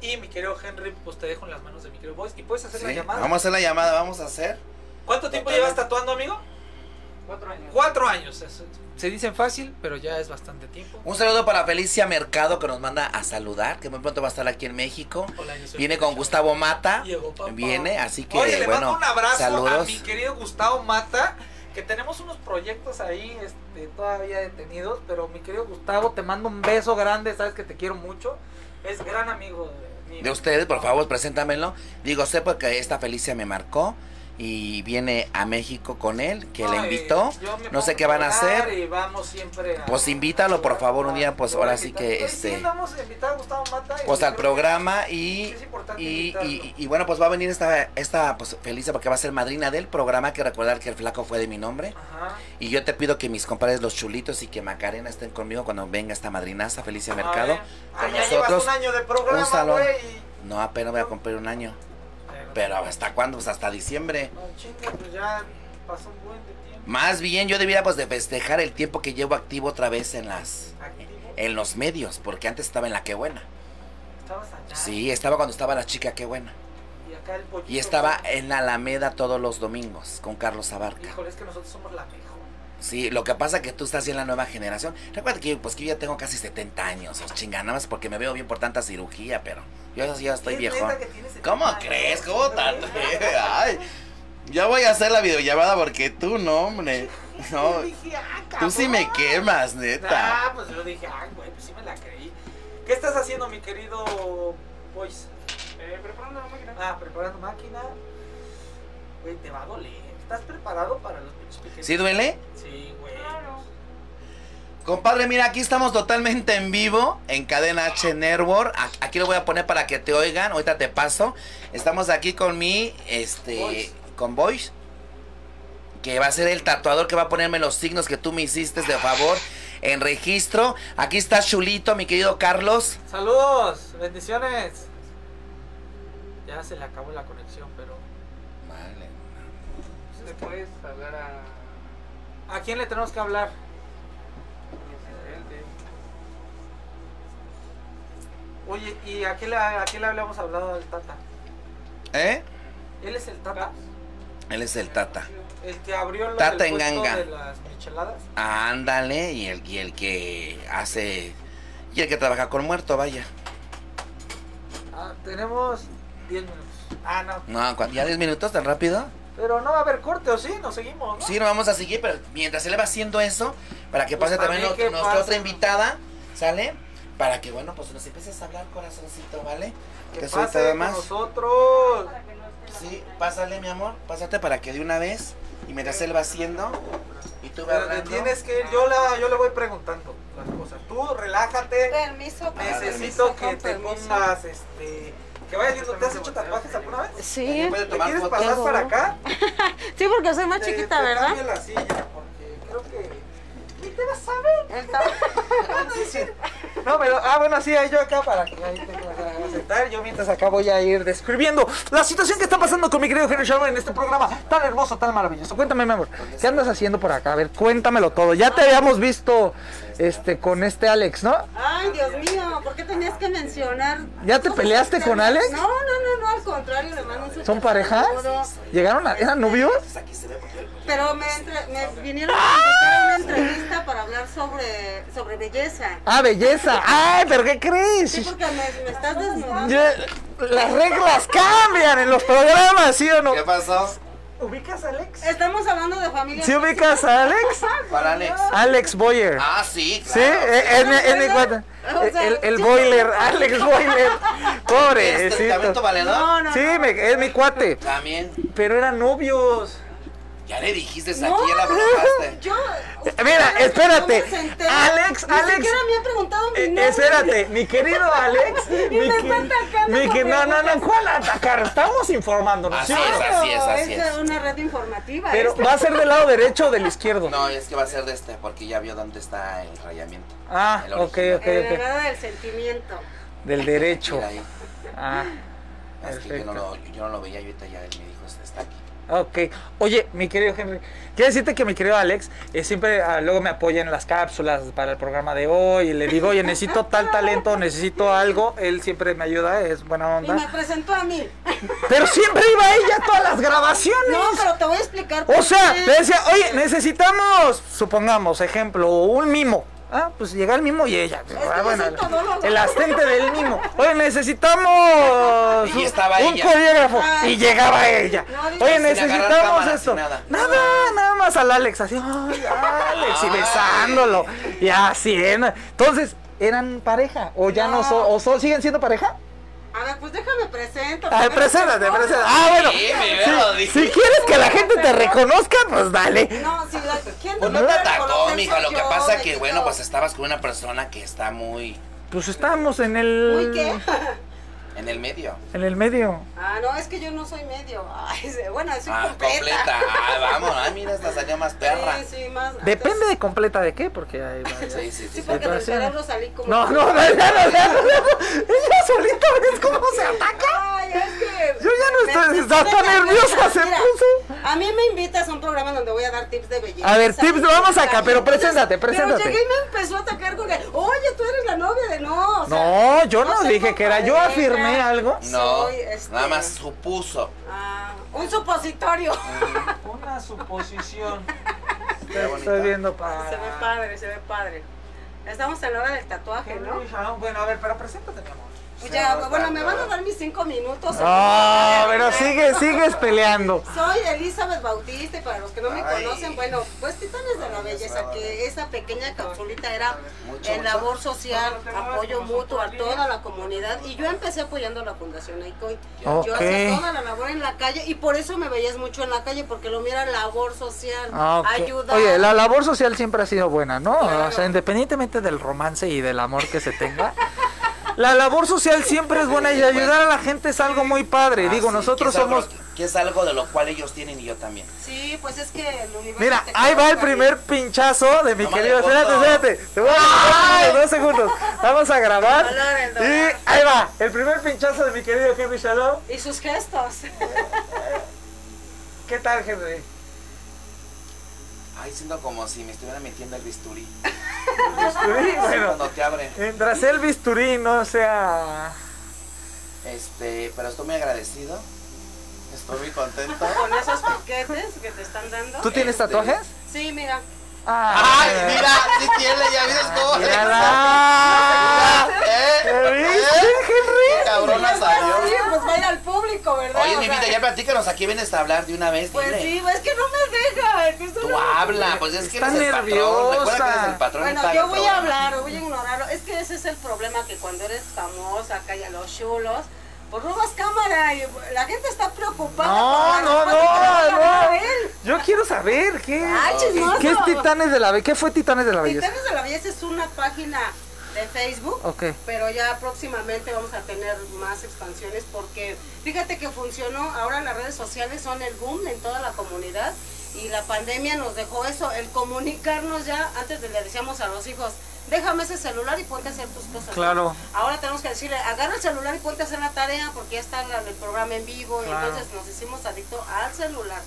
[SPEAKER 5] Y mi querido Henry, pues te dejo en las manos de mi querido Boyce. Y puedes hacer la
[SPEAKER 3] Sí,
[SPEAKER 5] llamada.
[SPEAKER 3] Vamos a hacer la llamada, vamos a hacer.
[SPEAKER 5] ¿Cuánto tiempo
[SPEAKER 3] Total.
[SPEAKER 5] llevas tatuando, amigo?
[SPEAKER 2] Cuatro años.
[SPEAKER 5] Cuatro años. es- se dicen fácil, pero ya es bastante tiempo.
[SPEAKER 3] Un saludo para Felicia Mercado que nos manda a saludar, que muy pronto va a estar aquí en México.
[SPEAKER 5] Hola, yo soy
[SPEAKER 3] Viene con
[SPEAKER 5] Henry.
[SPEAKER 3] Gustavo Mata.
[SPEAKER 5] Llegó, papá.
[SPEAKER 3] Viene, así que
[SPEAKER 5] Oye, le mando
[SPEAKER 3] bueno,
[SPEAKER 5] un abrazo a
[SPEAKER 3] saludos.
[SPEAKER 5] mi querido Gustavo Mata, que tenemos unos proyectos ahí este, todavía detenidos, pero mi querido Gustavo, te mando un beso grande, sabes que te quiero mucho. Es gran amigo de, mío.
[SPEAKER 3] De ustedes, por favor, preséntamelo. Digo, sé porque esta Felicia me marcó y viene a México con él, que
[SPEAKER 5] No,
[SPEAKER 3] le
[SPEAKER 5] eh,
[SPEAKER 3] invitó.
[SPEAKER 5] yo me
[SPEAKER 3] no sé
[SPEAKER 5] pongo
[SPEAKER 3] qué van a
[SPEAKER 5] llorar
[SPEAKER 3] hacer.
[SPEAKER 5] y vamos siempre a-
[SPEAKER 3] Pues invítalo, por favor, un día, pues,
[SPEAKER 5] Lo voy a
[SPEAKER 3] ahora sí
[SPEAKER 5] invitar.
[SPEAKER 3] que,
[SPEAKER 5] Pues,
[SPEAKER 3] este,
[SPEAKER 5] sí, vamos a invitar a Gustavo Mata. y
[SPEAKER 3] Pues al
[SPEAKER 5] creo que
[SPEAKER 3] programa y,
[SPEAKER 5] es importante
[SPEAKER 3] y,
[SPEAKER 5] invitarlo.
[SPEAKER 3] y- y bueno, pues va a venir esta, esta pues, Felicia porque va a ser madrina del programa, que recordar que el flaco fue de mi nombre.
[SPEAKER 5] Ajá.
[SPEAKER 3] Y yo te pido que mis compadres los chulitos y que Macarena estén conmigo cuando venga esta madrinaza, Felicia Mercado.
[SPEAKER 5] A
[SPEAKER 3] con
[SPEAKER 5] ver, ah, ya
[SPEAKER 3] nosotros,
[SPEAKER 5] llevas un año de programa,
[SPEAKER 3] un salón.
[SPEAKER 5] güey,
[SPEAKER 3] No, apenas voy a cumplir un año. Pero ¿hasta cuándo? Pues hasta diciembre.
[SPEAKER 5] No, chinga, pues ya pasó un buen de tiempo.
[SPEAKER 3] Más bien yo debiera pues de festejar el tiempo que llevo activo otra vez en las
[SPEAKER 5] Activo.
[SPEAKER 3] en los medios, porque antes estaba en la que buena.
[SPEAKER 5] Estabas allá.
[SPEAKER 3] Sí, estaba cuando estaba la chica que buena.
[SPEAKER 5] Y acá el pollito.
[SPEAKER 3] Y estaba
[SPEAKER 5] güey.
[SPEAKER 3] en la Alameda todos los domingos con Carlos Abarca.
[SPEAKER 5] Híjole, es que nosotros somos la mejor.
[SPEAKER 3] Sí, lo que pasa que tú estás en la nueva generación. Recuerda que yo, pues que yo ya tengo casi 70 años, os chinga, nada más porque me veo bien por tanta cirugía, pero yo sí ya estoy
[SPEAKER 5] ¿Qué es
[SPEAKER 3] viejo.
[SPEAKER 5] neta que tienes setenta
[SPEAKER 3] ¿Cómo
[SPEAKER 5] años? "Ah,
[SPEAKER 3] crees? ¿Cómo tanto?
[SPEAKER 5] Yo
[SPEAKER 3] Ay, ya voy a hacer la videollamada porque tú no, hombre. No,
[SPEAKER 5] dije, ah,
[SPEAKER 3] tú sí me
[SPEAKER 5] cabrón.
[SPEAKER 3] quemas, neta.
[SPEAKER 5] Ah, pues yo dije, ah, güey, pues sí me la creí. ¿Qué estás haciendo, mi querido Boys?
[SPEAKER 2] Eh, preparando la máquina.
[SPEAKER 5] Ah, preparando máquina. Güey, te va a doler. ¿Estás preparado para los pinches pequeños?
[SPEAKER 3] ¿Sí duele?
[SPEAKER 5] Sí, güey.
[SPEAKER 6] Claro.
[SPEAKER 3] Compadre, mira, aquí estamos totalmente en vivo en Cadena H Network. A- Aquí lo voy a poner para que te oigan. Ahorita te paso. Estamos aquí con mi, este,
[SPEAKER 5] Voice.
[SPEAKER 3] con Voice, que va a ser el tatuador que va a ponerme los signos que tú me hiciste de favor en registro. Aquí está Chulito, mi querido Carlos.
[SPEAKER 5] Saludos, bendiciones. Ya se le acabó la conexión, pero.
[SPEAKER 2] ¿Le puedes hablar a
[SPEAKER 5] ¿A quién le tenemos que hablar?
[SPEAKER 2] mi asistente?
[SPEAKER 5] Oye, ¿y a qué le, a qué le habíamos hablado al Tata?
[SPEAKER 3] ¿Eh?
[SPEAKER 5] Él es el Tata,
[SPEAKER 3] Él es el Tata.
[SPEAKER 5] el que abrió lo
[SPEAKER 3] Tata
[SPEAKER 5] del puesto
[SPEAKER 3] Enganga.
[SPEAKER 5] de las micheladas.
[SPEAKER 3] Ándale, y el, y el que hace. Y el que trabaja con muerto, vaya.
[SPEAKER 5] Ah, tenemos 10 minutos. Ah, no.
[SPEAKER 3] No, cu- ya 10 minutos tan rápido.
[SPEAKER 5] Pero no va a haber corte, ¿o sí? Nos seguimos, ¿no?
[SPEAKER 3] Sí, nos vamos a seguir, pero mientras él va haciendo eso, para que
[SPEAKER 5] Pues
[SPEAKER 3] pase
[SPEAKER 5] también
[SPEAKER 3] también
[SPEAKER 5] que
[SPEAKER 3] otro- nuestra
[SPEAKER 5] pase.
[SPEAKER 3] otra invitada, ¿sale? Para que, bueno, pues nos empieces a hablar, corazoncito, ¿vale?
[SPEAKER 5] Que
[SPEAKER 3] Que soy
[SPEAKER 5] pase
[SPEAKER 3] todo
[SPEAKER 5] con
[SPEAKER 3] más.
[SPEAKER 5] nosotros.
[SPEAKER 6] Para que no esté la
[SPEAKER 3] Sí,
[SPEAKER 6] pantalla.
[SPEAKER 3] pásale, mi amor, pásate para que de una vez, y mientras él va haciendo, y tú
[SPEAKER 5] Pero
[SPEAKER 3] vas
[SPEAKER 5] te
[SPEAKER 3] hablando.
[SPEAKER 5] tienes que ir, yo, la, yo le voy preguntando las cosas. Tú relájate.
[SPEAKER 6] Permiso. con
[SPEAKER 5] Necesito
[SPEAKER 6] permiso,
[SPEAKER 5] que
[SPEAKER 6] con
[SPEAKER 5] te
[SPEAKER 6] permiso.
[SPEAKER 5] pongas, este... Que vayas viendo, ¿te has hecho tatuajes alguna vez?
[SPEAKER 7] Sí,
[SPEAKER 3] Puede
[SPEAKER 5] ¿Te
[SPEAKER 3] tomar
[SPEAKER 5] quieres
[SPEAKER 3] fotos.
[SPEAKER 5] pasar para acá?
[SPEAKER 7] sí, porque soy más
[SPEAKER 5] Te-
[SPEAKER 7] chiquita,
[SPEAKER 5] te
[SPEAKER 7] ¿verdad?
[SPEAKER 5] cambio la silla, porque creo que...
[SPEAKER 6] Él está-
[SPEAKER 5] No, pero... Ah, bueno, sí, ahí yo acá para que ahí te... disfrutar. Yo mientras acá voy a ir describiendo la situación que está pasando con mi querido Henry Sherman en este programa tan hermoso, tan maravilloso. Cuéntame, mi amor, ¿qué andas haciendo por acá? A ver, cuéntamelo todo. Ya te habíamos visto este, con este Alex, ¿no?
[SPEAKER 6] Ay, Dios mío, ¿por qué tenías que mencionar?
[SPEAKER 5] ¿Ya te peleaste con Alex?
[SPEAKER 6] No, no, no, no, al contrario, le mando un super
[SPEAKER 5] ¿Son pareja?
[SPEAKER 6] saludo.
[SPEAKER 5] ¿Llegaron a, eran novios?
[SPEAKER 6] Pero me, entre- me vinieron a invitar a una entrevista para hablar sobre, sobre belleza.
[SPEAKER 5] ¡Ah, belleza! ¡Ay, pero qué crees!
[SPEAKER 6] Sí, porque me, me estás desnudando.
[SPEAKER 5] Ya- las reglas cambian en los programas, ¿sí o no?
[SPEAKER 7] ¿Qué pasó?
[SPEAKER 5] ¿Ubicas a Alex?
[SPEAKER 6] Estamos hablando de familia.
[SPEAKER 5] ¿Sí ubicas a Alex?
[SPEAKER 7] ¿Cuál Alex?
[SPEAKER 5] Alex Boyer.
[SPEAKER 7] Ah, sí,
[SPEAKER 5] Sí,
[SPEAKER 7] claro.
[SPEAKER 5] eh, en, en- en-
[SPEAKER 6] Bueno, o sea,
[SPEAKER 5] el, el
[SPEAKER 6] sí.
[SPEAKER 5] boiler, Alex Boiler.
[SPEAKER 3] Este,
[SPEAKER 5] Pobre.
[SPEAKER 7] ¿Es testamento valedor?
[SPEAKER 6] No, no,
[SPEAKER 5] Sí,
[SPEAKER 6] no.
[SPEAKER 5] me- es mi cuate.
[SPEAKER 7] También.
[SPEAKER 5] Pero eran novios.
[SPEAKER 7] Ya le dijiste aquí,
[SPEAKER 6] No,
[SPEAKER 7] ya la brotaste.
[SPEAKER 6] Yo.
[SPEAKER 5] Eh, Mira,
[SPEAKER 6] ustedes
[SPEAKER 5] espérate.
[SPEAKER 6] no se enteran.
[SPEAKER 5] Alex,
[SPEAKER 6] Ni
[SPEAKER 5] Alex.
[SPEAKER 6] siquiera me han preguntado mi
[SPEAKER 5] Eh,
[SPEAKER 6] nombre.
[SPEAKER 5] espérate, mi querido Alex.
[SPEAKER 6] Y
[SPEAKER 5] mi
[SPEAKER 6] me
[SPEAKER 5] que-
[SPEAKER 6] está atacando
[SPEAKER 5] mi que-
[SPEAKER 6] con
[SPEAKER 5] no, no,
[SPEAKER 6] preguntas.
[SPEAKER 5] no, ¿cuál atacar? Estamos informándonos.
[SPEAKER 7] Así
[SPEAKER 5] ¿sí o no?
[SPEAKER 7] es, así es,
[SPEAKER 6] Claro,
[SPEAKER 7] así es.
[SPEAKER 6] una red informativa.
[SPEAKER 5] Pero
[SPEAKER 6] esta.
[SPEAKER 5] va a ser del lado derecho o del izquierdo.
[SPEAKER 7] No, es que va a ser de este, porque ya vio dónde está el rayamiento.
[SPEAKER 5] Ah,
[SPEAKER 7] El
[SPEAKER 5] ok, ok,
[SPEAKER 7] original.
[SPEAKER 6] El
[SPEAKER 5] ok.
[SPEAKER 6] legado del sentimiento.
[SPEAKER 5] Del derecho.
[SPEAKER 7] Mira ahí.
[SPEAKER 5] Ah,
[SPEAKER 7] Es que yo no,
[SPEAKER 5] Perfecto.
[SPEAKER 7] lo, yo no lo veía, y ahorita ya él me dijo, este está aquí.
[SPEAKER 5] ok. Oye, mi querido Henry, quiero decirte que mi querido Alex eh, siempre ah, luego me apoya en las cápsulas para el programa de hoy y le digo, oye, necesito tal talento, necesito algo. Él siempre me ayuda, es buena
[SPEAKER 6] Y me
[SPEAKER 5] onda.
[SPEAKER 6] presentó a mí.
[SPEAKER 5] Pero siempre iba ella a todas las grabaciones.
[SPEAKER 6] No, pero te voy a explicar.
[SPEAKER 5] O
[SPEAKER 6] por
[SPEAKER 5] sea,
[SPEAKER 6] qué.
[SPEAKER 5] le decía, oye, necesitamos, supongamos, ejemplo, un mimo. Ah, pues llega el mimo y ella.
[SPEAKER 6] que
[SPEAKER 5] Ah,
[SPEAKER 6] yo soy todóloga.
[SPEAKER 5] el asistente del mimo. Oye, necesitamos
[SPEAKER 7] Y estaba
[SPEAKER 5] un
[SPEAKER 7] ella.
[SPEAKER 5] coreógrafo.
[SPEAKER 6] Ay.
[SPEAKER 5] y llegaba ella.
[SPEAKER 6] No, digas-
[SPEAKER 5] oye,
[SPEAKER 7] Sin agarrar
[SPEAKER 5] necesitamos
[SPEAKER 7] cámara,
[SPEAKER 5] esto.
[SPEAKER 7] sin nada.
[SPEAKER 5] Nada, nada más al Alex, así, ay, Alex, y
[SPEAKER 7] Ay.
[SPEAKER 5] besándolo. Y así, ¿eh? Entonces, ¿eran pareja? ¿O ya no,
[SPEAKER 6] No.
[SPEAKER 5] son? ¿O son, siguen siendo pareja?
[SPEAKER 6] A ver, pues déjame presento.
[SPEAKER 5] Ah,
[SPEAKER 6] primero
[SPEAKER 5] preséntate,
[SPEAKER 6] que-
[SPEAKER 5] preséntate. Ah, bueno.
[SPEAKER 7] Sí, me veo,
[SPEAKER 5] si,
[SPEAKER 7] dije.
[SPEAKER 5] si quieres que la gente te reconozca, pues dale.
[SPEAKER 6] No, si la gente
[SPEAKER 7] Pues no
[SPEAKER 6] me
[SPEAKER 7] te
[SPEAKER 6] reconoce,
[SPEAKER 7] atacó,
[SPEAKER 6] soy
[SPEAKER 7] mija. Lo que
[SPEAKER 6] yo,
[SPEAKER 7] pasa
[SPEAKER 6] me
[SPEAKER 7] que,
[SPEAKER 6] quito.
[SPEAKER 7] bueno, pues estabas con una persona que está muy
[SPEAKER 5] Pues estamos en el.
[SPEAKER 6] Uy, ¿qué?
[SPEAKER 7] en el medio.
[SPEAKER 5] En el medio.
[SPEAKER 6] Ah, no, es que yo no soy medio. Ay, sí, bueno, soy
[SPEAKER 7] Ah,
[SPEAKER 6] completa.
[SPEAKER 7] completa. Ah, vamos. Ah, mira, esta salió más perra.
[SPEAKER 6] Sí, sí, más.
[SPEAKER 5] Depende de completa de qué, porque hay varias.
[SPEAKER 7] Sí, sí,
[SPEAKER 6] Sí,
[SPEAKER 7] sí. sí.
[SPEAKER 6] porque del
[SPEAKER 5] Entonces-
[SPEAKER 6] cerebro salí como.
[SPEAKER 5] No, no, no, no, no, no, no. Ella solita ves cómo se ataca.
[SPEAKER 6] Ay, es que.
[SPEAKER 5] Yo ya no
[SPEAKER 6] me-
[SPEAKER 5] estoy-
[SPEAKER 6] me
[SPEAKER 5] está
[SPEAKER 6] puse
[SPEAKER 5] tan nerviosa, se
[SPEAKER 6] Mira,
[SPEAKER 5] puso.
[SPEAKER 6] A mí me invitas a un programa donde voy a dar tips de belleza.
[SPEAKER 5] A ver, tips,
[SPEAKER 6] Y
[SPEAKER 5] vamos acá,
[SPEAKER 6] cosas.
[SPEAKER 5] pero preséntate,
[SPEAKER 6] Pero
[SPEAKER 5] preséntate.
[SPEAKER 6] llegué y me empezó a atacar con que, oye, tú eres la novia de no. o sea,
[SPEAKER 5] No, yo no
[SPEAKER 6] soy
[SPEAKER 5] dije que era. Yo
[SPEAKER 6] compadreja.
[SPEAKER 5] afirmé algo.
[SPEAKER 7] No,
[SPEAKER 6] Soy, este,
[SPEAKER 7] nada más supuso.
[SPEAKER 6] Ah, un supositorio.
[SPEAKER 5] Una suposición.
[SPEAKER 7] Qué bonito.
[SPEAKER 5] Estoy viendo para.
[SPEAKER 6] Se ve padre, se ve padre. Estamos en la hora del tatuaje, ¿no?
[SPEAKER 5] Bueno, a ver, pero preséntate, mi amor.
[SPEAKER 6] Pues ya, bueno, me van a dar mis cinco minutos.
[SPEAKER 5] No, pero sigue, sigues peleando.
[SPEAKER 6] Soy Elizabeth Bautista y para los que no me
[SPEAKER 7] Ay.
[SPEAKER 6] conocen, bueno, pues Titanes de la Belleza, que esa pequeña capsulita era
[SPEAKER 7] Mucho,
[SPEAKER 6] en
[SPEAKER 7] mucho.
[SPEAKER 6] labor social, apoyo mutuo a toda la comunidad y yo empecé apoyando la Fundación Aicoy. Yo hacía
[SPEAKER 5] Ok.
[SPEAKER 6] toda la labor en la calle y por eso me veías mucho en la calle, porque lo mira labor social,
[SPEAKER 5] Ah, ok.
[SPEAKER 6] ayuda.
[SPEAKER 5] Oye, la labor social siempre ha sido buena, ¿no?
[SPEAKER 6] Claro.
[SPEAKER 5] O sea, independientemente del romance y del amor que se tenga. La labor social siempre es buena y ayudar a la gente es algo muy padre.
[SPEAKER 7] Ah,
[SPEAKER 5] Digo,
[SPEAKER 7] sí,
[SPEAKER 5] nosotros
[SPEAKER 7] que es algo-
[SPEAKER 5] somos...
[SPEAKER 7] Que es algo de lo cual ellos tienen y yo también.
[SPEAKER 6] Sí, pues es que el universo
[SPEAKER 5] Mira,
[SPEAKER 6] te
[SPEAKER 5] ahí va el
[SPEAKER 6] coloca
[SPEAKER 5] primer pinchazo de mi
[SPEAKER 7] Toma
[SPEAKER 5] querido...
[SPEAKER 7] de foto.
[SPEAKER 5] Espérate, espérate. Te voy a quitar unos dos segundos. Vamos a grabar.
[SPEAKER 6] Valor, el dolor.
[SPEAKER 5] Y ahí va. El primer pinchazo de mi querido Henry Shalom.
[SPEAKER 6] Y sus gestos.
[SPEAKER 5] ¿Qué tal, Henry?
[SPEAKER 7] Ay, siento como si me estuviera metiendo el bisturí.
[SPEAKER 5] Bisturí, bueno.
[SPEAKER 7] Cuando te abre.
[SPEAKER 5] Mientras el bisturí no sea...
[SPEAKER 7] Este, pero estoy muy agradecido. Estoy muy contento.
[SPEAKER 6] Con esos piquetes que te están dando.
[SPEAKER 5] ¿Tú tienes tatuajes?
[SPEAKER 6] Sí, mira.
[SPEAKER 5] Ah,
[SPEAKER 7] ¡Ay, mira! ¡Sí tiene! ¡Ya vienes cómo le-
[SPEAKER 5] ¡Mírala!
[SPEAKER 7] ¡Eh!
[SPEAKER 5] ¿Te viste, Henry?
[SPEAKER 7] ¡Cabrona
[SPEAKER 6] Sí,
[SPEAKER 7] salió!
[SPEAKER 6] pues vaya al público, ¿verdad?
[SPEAKER 7] Oye,
[SPEAKER 6] O
[SPEAKER 7] mi
[SPEAKER 6] sea,
[SPEAKER 7] vida, ya platícanos. ¿A qué vienes a hablar de una vez?
[SPEAKER 6] Pues
[SPEAKER 7] Dile.
[SPEAKER 6] sí, es que no me deja. que solo-
[SPEAKER 7] Tú habla, pues es que
[SPEAKER 5] Está
[SPEAKER 7] eres el patrón.
[SPEAKER 5] nerviosa.
[SPEAKER 7] Recuerda que eres el patrón. y
[SPEAKER 6] Bueno,
[SPEAKER 7] paga
[SPEAKER 6] yo
[SPEAKER 7] el
[SPEAKER 6] voy a
[SPEAKER 7] programa.
[SPEAKER 6] hablar, voy a ignorarlo. Es que ese es el problema que cuando eres famosa, calla los chulos, pues robas cámara y la gente está preocupada.
[SPEAKER 5] No,
[SPEAKER 6] por la
[SPEAKER 5] no,
[SPEAKER 6] respuesta que le van a
[SPEAKER 5] no,
[SPEAKER 6] dar
[SPEAKER 5] no.
[SPEAKER 6] a él.
[SPEAKER 5] Yo quiero saber qué.
[SPEAKER 6] Ay, chismoso.
[SPEAKER 5] ¿Qué es Titanes de la Belleza? ¿Qué fue Titanes de la Belleza?
[SPEAKER 6] Titanes de la Belleza es una página de Facebook.
[SPEAKER 5] Ok.
[SPEAKER 6] Pero ya próximamente vamos a tener más expansiones porque fíjate que funcionó, ahora las redes sociales son el boom en toda la comunidad y la pandemia nos dejó eso, el comunicarnos ya, antes le decíamos a los hijos, déjame ese celular y ponte a hacer tus cosas. ¿no?
[SPEAKER 5] Claro.
[SPEAKER 6] Ahora tenemos que decirle, agarra el celular y ponte a hacer la tarea porque ya está la- el programa en vivo.
[SPEAKER 5] Claro.
[SPEAKER 6] Y entonces nos hicimos adicto al celular.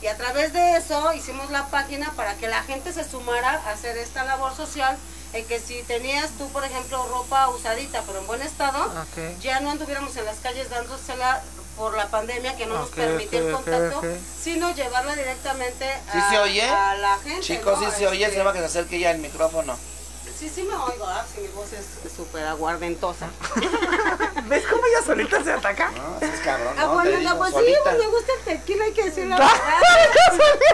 [SPEAKER 6] Y a través de eso hicimos la página para que la gente se sumara a hacer esta labor social. En que si tenías tú, por ejemplo, ropa usadita pero en buen estado,
[SPEAKER 7] Ah.
[SPEAKER 5] Ok.
[SPEAKER 6] ya no anduviéramos en las calles dándosela por la pandemia que no nos
[SPEAKER 5] Ok,
[SPEAKER 6] permite
[SPEAKER 5] ok,
[SPEAKER 6] el
[SPEAKER 5] ok,
[SPEAKER 6] contacto,
[SPEAKER 5] ok.
[SPEAKER 6] sino llevarla directamente a,
[SPEAKER 7] ¿Sí se oye?
[SPEAKER 6] a la gente.
[SPEAKER 7] Chicos,
[SPEAKER 6] ¿no?
[SPEAKER 7] si se oye,
[SPEAKER 6] Este,
[SPEAKER 7] se va que se acerque ya el micrófono.
[SPEAKER 6] Sí, sí me oigo, ah, sí, mi voz es súper aguardentosa.
[SPEAKER 5] ¿Ves cómo ella solita se ataca?
[SPEAKER 7] No, es cabrón,
[SPEAKER 6] Ah,
[SPEAKER 7] no, te
[SPEAKER 6] bueno,
[SPEAKER 7] digo,
[SPEAKER 6] no, pues sí,
[SPEAKER 7] solita.
[SPEAKER 6] pues me gusta el tequila, hay que decir la verdad.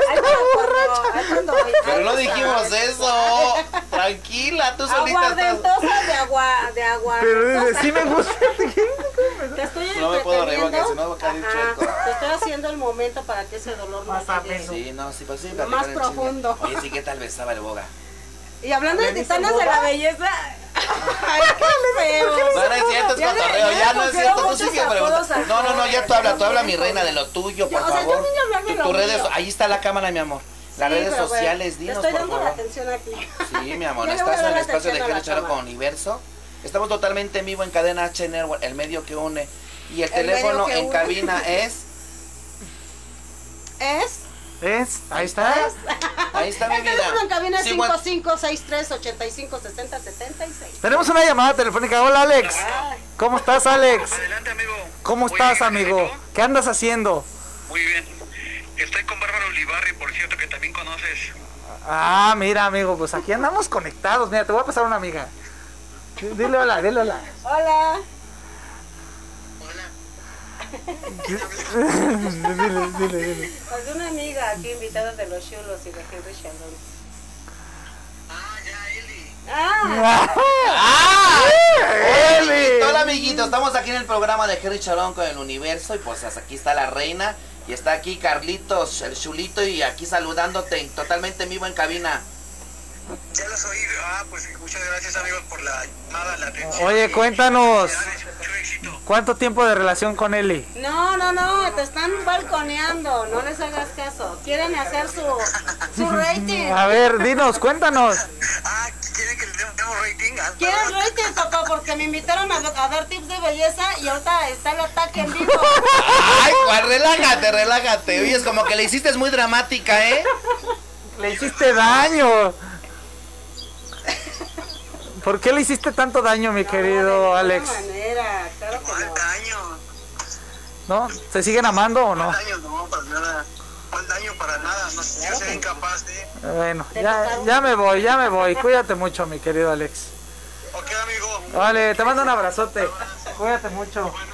[SPEAKER 6] Ay, cuando- ay, cuando-
[SPEAKER 7] Pero no
[SPEAKER 6] ay,
[SPEAKER 7] dijimos
[SPEAKER 6] cuando-
[SPEAKER 7] eso. Tranquila, tú solita estás.
[SPEAKER 6] Aguardentosa de agua, de agua.
[SPEAKER 5] sí me gusta.
[SPEAKER 6] Te estoy
[SPEAKER 7] No me puedo reír, porque
[SPEAKER 6] entreteniendo.
[SPEAKER 7] si no va a caer
[SPEAKER 6] Ajá,
[SPEAKER 7] chueco.
[SPEAKER 6] Te estoy haciendo el momento para que ese dolor no te llegue.
[SPEAKER 7] Sí, no, sí, pues sí,
[SPEAKER 6] Lo
[SPEAKER 7] platicar
[SPEAKER 6] más
[SPEAKER 7] el chisme.
[SPEAKER 6] profundo.
[SPEAKER 7] Oye, sí, ¿qué tal besaba el boga?
[SPEAKER 6] Y hablando de titanas de la belleza. Ay, qué
[SPEAKER 7] No, no es cierto, es
[SPEAKER 6] Ya le-
[SPEAKER 7] cotorreo,
[SPEAKER 6] ya
[SPEAKER 7] ya
[SPEAKER 6] le
[SPEAKER 7] no es
[SPEAKER 6] pusieron
[SPEAKER 7] cierto, tú
[SPEAKER 6] muchos
[SPEAKER 7] sí que pregunta.
[SPEAKER 6] apodos a
[SPEAKER 7] No, no, no, ya tú habla, tú habla mi
[SPEAKER 6] Franco.
[SPEAKER 7] reina de lo tuyo, por
[SPEAKER 6] Yo- o sea, yo
[SPEAKER 7] favor.
[SPEAKER 6] vine a hablar de
[SPEAKER 7] Tu-
[SPEAKER 6] lo
[SPEAKER 7] Tus redes,
[SPEAKER 6] mío.
[SPEAKER 7] ahí está la cámara, mi amor. Las redes sociales,
[SPEAKER 6] Te
[SPEAKER 7] dinos,
[SPEAKER 6] estoy
[SPEAKER 7] por
[SPEAKER 6] dando la
[SPEAKER 7] favor.
[SPEAKER 6] alucinación aquí.
[SPEAKER 7] Sí, mi amor,
[SPEAKER 6] Ya le voy a
[SPEAKER 7] estás
[SPEAKER 6] dar
[SPEAKER 7] en el
[SPEAKER 6] la
[SPEAKER 7] espacio de
[SPEAKER 6] atención a la
[SPEAKER 7] Henry Charo
[SPEAKER 6] cámara.
[SPEAKER 7] con Universo. Estamos totalmente en vivo en cadena H Network, el medio que une. Y el,
[SPEAKER 6] El medio
[SPEAKER 7] teléfono
[SPEAKER 6] que
[SPEAKER 7] en
[SPEAKER 6] une.
[SPEAKER 7] cabina es.
[SPEAKER 6] Es.
[SPEAKER 5] ¿Ves? Ahí está.
[SPEAKER 7] Ahí está mi
[SPEAKER 6] El
[SPEAKER 7] vida.
[SPEAKER 6] teléfono en cabina es
[SPEAKER 7] Sí, bueno,
[SPEAKER 6] 5563 85 60 76.
[SPEAKER 5] Tenemos una llamada telefónica. Hola, Alex. ¿Cómo estás, Alex?
[SPEAKER 8] Adelante, amigo.
[SPEAKER 5] ¿Cómo
[SPEAKER 8] Muy
[SPEAKER 5] estás,
[SPEAKER 8] bien,
[SPEAKER 5] amigo?
[SPEAKER 8] ¿y tú?
[SPEAKER 5] ¿Qué andas haciendo?
[SPEAKER 8] Muy bien. Estoy con Bárbara Ulibarri, por cierto, que también conoces.
[SPEAKER 5] Ah, mira, amigo, pues aquí andamos conectados. Mira, te voy a pasar una amiga. Dile hola, dile hola.
[SPEAKER 6] Hola.
[SPEAKER 5] dile, dile, dile.
[SPEAKER 6] Pues de una amiga aquí invitada de los chulos y de Henry Sheldon. Ah,
[SPEAKER 7] ¡Ah!
[SPEAKER 5] Eli.
[SPEAKER 7] Amiguito, Hola, amiguito. Estamos aquí en el programa de Henry Charón con el Universo. Y pues hasta aquí está la reina. Y está aquí Carlitos, el chulito. Y aquí saludándote en- totalmente en vivo en cabina.
[SPEAKER 8] Ya los oí. Ah, pues muchas gracias, amigos, por la llamada, la atención.
[SPEAKER 5] Oye, cuéntanos,
[SPEAKER 8] Felicidades, Mucho éxito.
[SPEAKER 5] ¿cuánto tiempo de relación con Eli?
[SPEAKER 6] No, no, no, te están balconeando, no les hagas caso. Quieren hacer su, su rating.
[SPEAKER 5] A ver, dinos, cuéntanos.
[SPEAKER 8] Ah, ¿quieren que le demos rating? Ah,
[SPEAKER 6] Quieren
[SPEAKER 8] perdón.
[SPEAKER 6] rating, papá, porque me invitaron a, a dar tips de belleza y ahorita está el ataque en vivo.
[SPEAKER 7] Ay, Juan, relájate, relájate. Oye, es como que le hiciste muy dramática, ¿eh?
[SPEAKER 5] Le hiciste daño. ¿Por qué le hiciste tanto daño, mi querido
[SPEAKER 6] No, de ninguna
[SPEAKER 5] Alex?
[SPEAKER 6] manera, claro que
[SPEAKER 8] ¿Cuál
[SPEAKER 6] no.
[SPEAKER 8] daño?
[SPEAKER 5] ¿No? ¿Se siguen amando o no?
[SPEAKER 8] ¿Cuál daño? No, para nada. ¿Cuál daño? Para nada. No sé, yo seré incapaz de...
[SPEAKER 5] Bueno, ya, ya me voy, ya me voy. Cuídate mucho, mi querido Alex.
[SPEAKER 8] Ok, amigo.
[SPEAKER 5] Vale, te mando un abrazote. Cuídate mucho.
[SPEAKER 8] Bueno,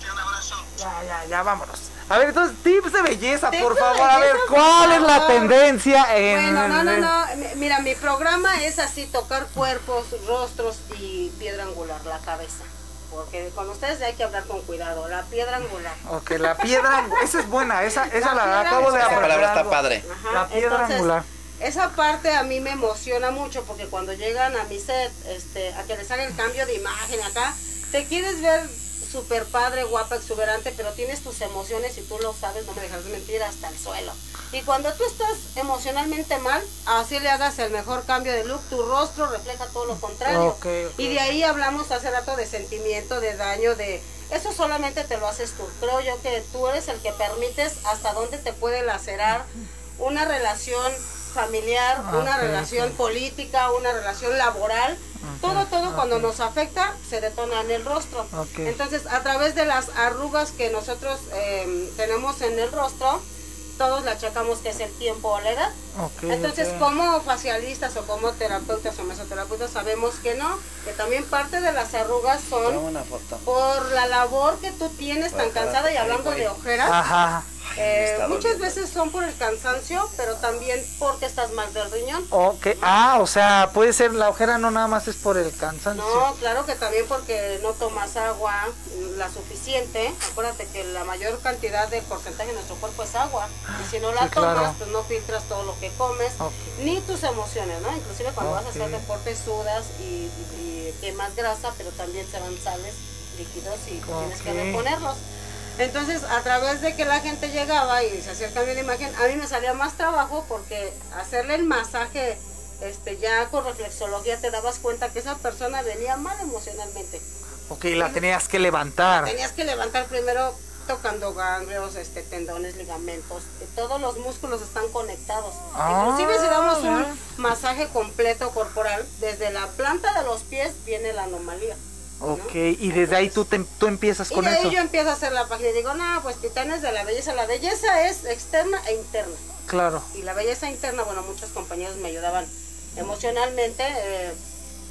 [SPEAKER 8] te un abrazo.
[SPEAKER 5] Ya, ya, ya, vámonos. A ver, entonces, tips de belleza,
[SPEAKER 6] Tips
[SPEAKER 5] por
[SPEAKER 6] de
[SPEAKER 5] favor. A ver,
[SPEAKER 6] belleza, por
[SPEAKER 5] ¿cuál es la
[SPEAKER 6] favor.
[SPEAKER 5] tendencia en...
[SPEAKER 6] Bueno, no, no, no. mi- Mira, mi programa es así, tocar cuerpos, rostros y piedra angular, la cabeza. Porque con ustedes hay que hablar con cuidado, la piedra angular.
[SPEAKER 5] Ok, la piedra... Esa es buena, esa, esa la,
[SPEAKER 6] piedra
[SPEAKER 5] acabo de
[SPEAKER 6] angular.
[SPEAKER 7] Esa
[SPEAKER 5] aprender.
[SPEAKER 7] palabra está
[SPEAKER 5] algo.
[SPEAKER 7] padre.
[SPEAKER 6] Ajá,
[SPEAKER 5] La piedra
[SPEAKER 6] entonces,
[SPEAKER 5] angular.
[SPEAKER 6] Esa parte a mí me emociona mucho porque cuando llegan a mi set, este, a que les haga el cambio de imagen acá, te quieres ver súper padre, guapa, exuberante, pero tienes tus emociones y tú lo sabes, no me dejas mentir, hasta el suelo. Y cuando tú estás emocionalmente mal, así le hagas el mejor cambio de look, tu rostro refleja todo lo contrario.
[SPEAKER 5] Ok, ok.
[SPEAKER 6] Y de ahí hablamos hace rato de sentimiento, de daño, de... Eso solamente te lo haces tú. Creo yo que tú eres el que permites hasta dónde te puede lacerar una relación familiar,
[SPEAKER 5] Ah,
[SPEAKER 6] una relación política, una relación laboral. Todo, todo cuando nos afecta se detona en el rostro.
[SPEAKER 5] Ok.
[SPEAKER 6] Entonces, a través de las arrugas que nosotros eh, tenemos en el rostro, todos la achacamos que es el tiempo o la edad.
[SPEAKER 5] Ok,
[SPEAKER 6] Entonces,
[SPEAKER 5] ok.
[SPEAKER 6] como facialistas o como terapeutas o mesoterapeutas, sabemos que no, que también parte de las arrugas
[SPEAKER 7] Toma
[SPEAKER 6] son
[SPEAKER 7] una foto.
[SPEAKER 6] por la labor que tú tienes tan cansada y hablando de
[SPEAKER 5] Ah,
[SPEAKER 6] ojeras.
[SPEAKER 5] Ajá.
[SPEAKER 6] eh,
[SPEAKER 7] está
[SPEAKER 6] muchas
[SPEAKER 7] doliendo.
[SPEAKER 6] veces son por el cansancio, pero también porque estás mal del riñón.
[SPEAKER 5] Ok. Ah, o sea, puede ser la ojera no nada más es por el cansancio.
[SPEAKER 6] No, claro que también porque no tomas agua mm, la suficiente. Acuérdate que la mayor cantidad de porcentaje de nuestro cuerpo es agua. Y si no la
[SPEAKER 5] Sí, claro.
[SPEAKER 6] tomas, pues no filtras todo lo que comes,
[SPEAKER 5] Ok.
[SPEAKER 6] ni tus emociones, ¿no? Inclusive cuando vas a hacer
[SPEAKER 5] Ok.
[SPEAKER 6] deporte sudas y, y- y quemas grasa, pero también se van sales, líquidos y tienes que
[SPEAKER 5] Ok.
[SPEAKER 6] reponerlos. Entonces, a través de que la gente llegaba y se hacía el cambio de imagen, a mí me salía más trabajo porque hacerle el masaje este, ya con reflexología te dabas cuenta que esa persona venía mal emocionalmente.
[SPEAKER 5] Ok, la tenías que levantar.
[SPEAKER 6] Tenías que levantar primero tocando ganglios, este, tendones, ligamentos. eh, Todos los músculos están conectados.
[SPEAKER 5] Ah,
[SPEAKER 6] Inclusive si damos un
[SPEAKER 5] mira.
[SPEAKER 6] masaje completo corporal, desde la planta de los pies viene la anomalía. ¿no?
[SPEAKER 5] Ok, y desde ahí tú, te- tú empiezas
[SPEAKER 6] Y
[SPEAKER 5] Pues con
[SPEAKER 6] de ahí
[SPEAKER 5] eso.
[SPEAKER 6] yo empiezo a hacer la página y digo, no, pues titanes de la belleza. La belleza es externa e interna.
[SPEAKER 5] Claro.
[SPEAKER 6] Y la belleza interna, bueno, muchos compañeros me ayudaban emocionalmente. eh,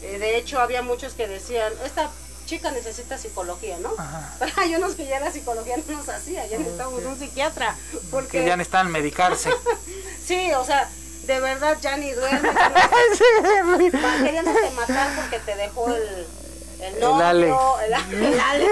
[SPEAKER 6] eh, de hecho, había muchos que decían, esta chica necesita psicología, ¿no?
[SPEAKER 5] Ajá.
[SPEAKER 6] Pero hay unos que ya la psicología no nos hacía, ya necesitábamos un psiquiatra. Porque
[SPEAKER 5] Que ya necesitan medicarse.
[SPEAKER 6] Sí, o sea, de verdad ya ni duerme. ya no- va- Queriéndote matar porque te dejó el. El, novio,
[SPEAKER 5] Alex.
[SPEAKER 6] El, el Alex.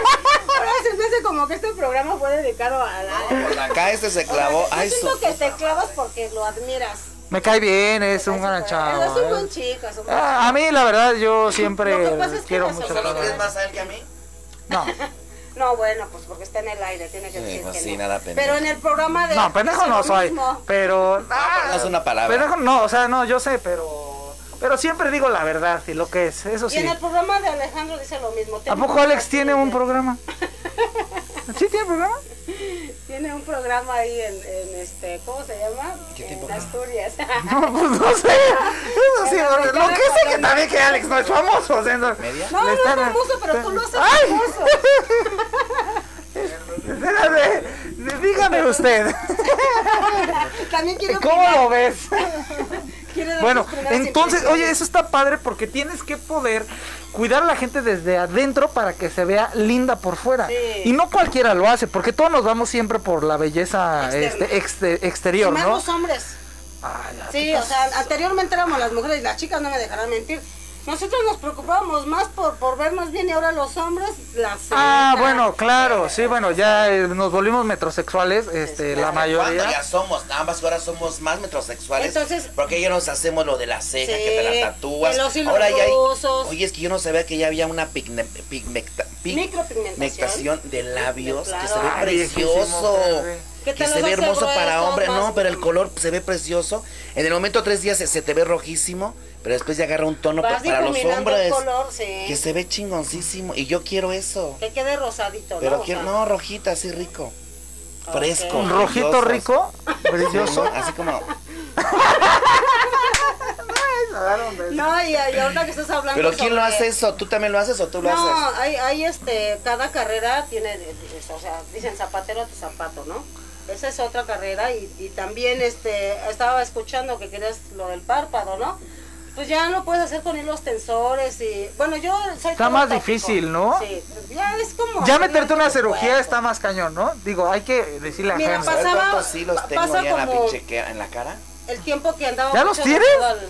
[SPEAKER 6] Ahora se me hace como que este programa fue dedicado al Alex.
[SPEAKER 3] Pues acá este se clavó.
[SPEAKER 6] O sea,
[SPEAKER 3] Ay,
[SPEAKER 6] yo
[SPEAKER 3] su
[SPEAKER 6] siento que
[SPEAKER 3] puta.
[SPEAKER 6] te clavas porque lo admiras.
[SPEAKER 5] Me cae bien, es un
[SPEAKER 6] Eso,
[SPEAKER 5] gran
[SPEAKER 6] pero-
[SPEAKER 5] chavo.
[SPEAKER 6] pues, Es un buen
[SPEAKER 5] eh.
[SPEAKER 6] chico. es un buen
[SPEAKER 5] Ah, a mí, la verdad, yo siempre
[SPEAKER 6] Lo que pasa es que
[SPEAKER 5] quiero
[SPEAKER 6] las
[SPEAKER 5] mucho.
[SPEAKER 3] ¿Se lo
[SPEAKER 6] personas-
[SPEAKER 5] a
[SPEAKER 3] crees
[SPEAKER 5] él.
[SPEAKER 3] más a él que a mí?
[SPEAKER 5] No,
[SPEAKER 6] chico. No, bueno, pues porque está en el aire, tiene que
[SPEAKER 3] Sí,
[SPEAKER 6] decir
[SPEAKER 3] pues
[SPEAKER 6] que
[SPEAKER 3] sí,
[SPEAKER 6] no.
[SPEAKER 3] nada pendejo.
[SPEAKER 6] Pero en el programa de...
[SPEAKER 5] no, pendejo
[SPEAKER 6] hace lo
[SPEAKER 5] no soy.
[SPEAKER 6] mismo.
[SPEAKER 5] Pero.
[SPEAKER 3] Ah,
[SPEAKER 5] ah,
[SPEAKER 3] no es una palabra.
[SPEAKER 5] pendejo no, o sea, no, yo sé, pero. Pero siempre digo la verdad y lo que es, eso
[SPEAKER 6] Y en
[SPEAKER 5] sí.
[SPEAKER 6] el programa de Alejandro dice lo mismo.
[SPEAKER 5] ¿A poco Alex tiene un programa? ¿Sí tiene programa?
[SPEAKER 6] Tiene un programa ahí en, en este, ¿cómo se llama? en Asturias.
[SPEAKER 5] No, pues no sé. Eso sí,
[SPEAKER 6] Pero
[SPEAKER 5] lo,
[SPEAKER 6] me
[SPEAKER 5] lo que sé que
[SPEAKER 6] encanta
[SPEAKER 5] también que Alex no es famoso. o sea, no,
[SPEAKER 3] ¿Media?
[SPEAKER 6] No,
[SPEAKER 5] le
[SPEAKER 6] no es
[SPEAKER 5] están-
[SPEAKER 6] famoso, pero tú lo haces
[SPEAKER 5] ¡Ay!
[SPEAKER 6] famoso.
[SPEAKER 5] Espérate, dígame usted,
[SPEAKER 6] También quiere
[SPEAKER 5] ¿cómo
[SPEAKER 6] opinar,
[SPEAKER 5] lo ves?
[SPEAKER 6] quiere dar
[SPEAKER 5] Bueno,
[SPEAKER 6] sus primeras
[SPEAKER 5] entonces,
[SPEAKER 6] impresiones.
[SPEAKER 5] oye, eso está padre porque tienes que poder cuidar a la gente desde adentro para que se vea linda por fuera.
[SPEAKER 6] Sí.
[SPEAKER 5] Y no cualquiera lo hace, porque todos nos vamos siempre por la belleza
[SPEAKER 6] Externa.
[SPEAKER 5] este, exte-
[SPEAKER 6] Y
[SPEAKER 5] exterior,
[SPEAKER 6] más
[SPEAKER 5] ¿no?
[SPEAKER 6] los hombres.
[SPEAKER 5] Ay, ya,
[SPEAKER 6] Sí,
[SPEAKER 5] tú
[SPEAKER 6] o sea, anteriormente éramos las mujeres y las chicas no me dejarán mentir. Nosotros nos preocupábamos más por, por vernos bien y ahora los hombres las... eh,
[SPEAKER 5] Ah,
[SPEAKER 6] neta,
[SPEAKER 5] bueno, claro,
[SPEAKER 6] eh,
[SPEAKER 5] sí, bueno, ya eh, nos volvimos metrosexuales, este, la
[SPEAKER 6] claro.
[SPEAKER 3] ¿Cuánto
[SPEAKER 5] mayoría.
[SPEAKER 3] ya somos? Ambas ahora somos más metrosexuales.
[SPEAKER 6] Entonces-
[SPEAKER 3] porque ya nos hacemos lo de la ceja,
[SPEAKER 6] Sí,
[SPEAKER 3] que te la tatúas.
[SPEAKER 6] de los hilos
[SPEAKER 3] ahora ya hay.
[SPEAKER 6] rusos.
[SPEAKER 3] Oye, es que yo no sabía que ya había una pigne- pigmenta- pig-
[SPEAKER 6] Micropigmentación.
[SPEAKER 3] pigmentación de labios
[SPEAKER 6] De
[SPEAKER 3] que
[SPEAKER 6] claro.
[SPEAKER 3] se ve
[SPEAKER 5] Ay,
[SPEAKER 3] precioso.
[SPEAKER 5] viejísimo, bebé.
[SPEAKER 6] Que
[SPEAKER 3] Que,
[SPEAKER 6] te
[SPEAKER 3] se
[SPEAKER 6] los
[SPEAKER 3] ve
[SPEAKER 6] hace
[SPEAKER 3] hermoso para
[SPEAKER 6] gruesos,
[SPEAKER 3] hombre,
[SPEAKER 6] más-
[SPEAKER 3] no, pero el color pues, se ve precioso. En el momento tres días se, se te ve rojísimo, pero después ya agarra un tono pa-
[SPEAKER 6] Vas
[SPEAKER 3] para los
[SPEAKER 6] difuminando
[SPEAKER 3] hombres.
[SPEAKER 6] el color, sí.
[SPEAKER 3] Que se ve chingoncísimo. Y yo quiero eso.
[SPEAKER 6] Que quede rosadito,
[SPEAKER 3] Pero
[SPEAKER 6] ¿no? O
[SPEAKER 3] quiero,
[SPEAKER 6] sea,
[SPEAKER 3] no, rojita, así rico.
[SPEAKER 6] Ok.
[SPEAKER 3] Fresco.
[SPEAKER 5] Un rojito
[SPEAKER 3] brilloso.
[SPEAKER 5] rico, brilloso.
[SPEAKER 3] Ajá, Así como.
[SPEAKER 6] No, y, y ahorita que estás hablando...
[SPEAKER 3] Pero ¿quién lo
[SPEAKER 6] sobre-
[SPEAKER 3] hace eso? ¿Tú también lo haces o tú lo
[SPEAKER 6] No,
[SPEAKER 3] haces?
[SPEAKER 6] hay, hay este, cada carrera tiene, este, o sea, dicen zapatero a tu zapato, ¿no? Esa es otra carrera y, y también este, estaba escuchando que querías lo del párpado, ¿no? Pues ya lo puedes hacer con hilos tensores y, bueno, yo soy...
[SPEAKER 5] Está más
[SPEAKER 6] todo tópico.
[SPEAKER 5] difícil, ¿no?
[SPEAKER 6] Sí, ya es como...
[SPEAKER 5] Ya meterte una cirugía
[SPEAKER 6] Bueno.
[SPEAKER 5] está más cañón, ¿no? Digo, hay que decirle a la
[SPEAKER 6] Mira,
[SPEAKER 5] gente.
[SPEAKER 3] ¿Sabes
[SPEAKER 6] pasaba-
[SPEAKER 3] cuántos hilos
[SPEAKER 6] pa-
[SPEAKER 3] tengo
[SPEAKER 6] pasa
[SPEAKER 3] ya en la
[SPEAKER 6] como-
[SPEAKER 3] pinche que- en la cara?
[SPEAKER 6] El tiempo que andaba...
[SPEAKER 5] ¿Ya los
[SPEAKER 6] mucho de
[SPEAKER 5] tienes?
[SPEAKER 6] todo al-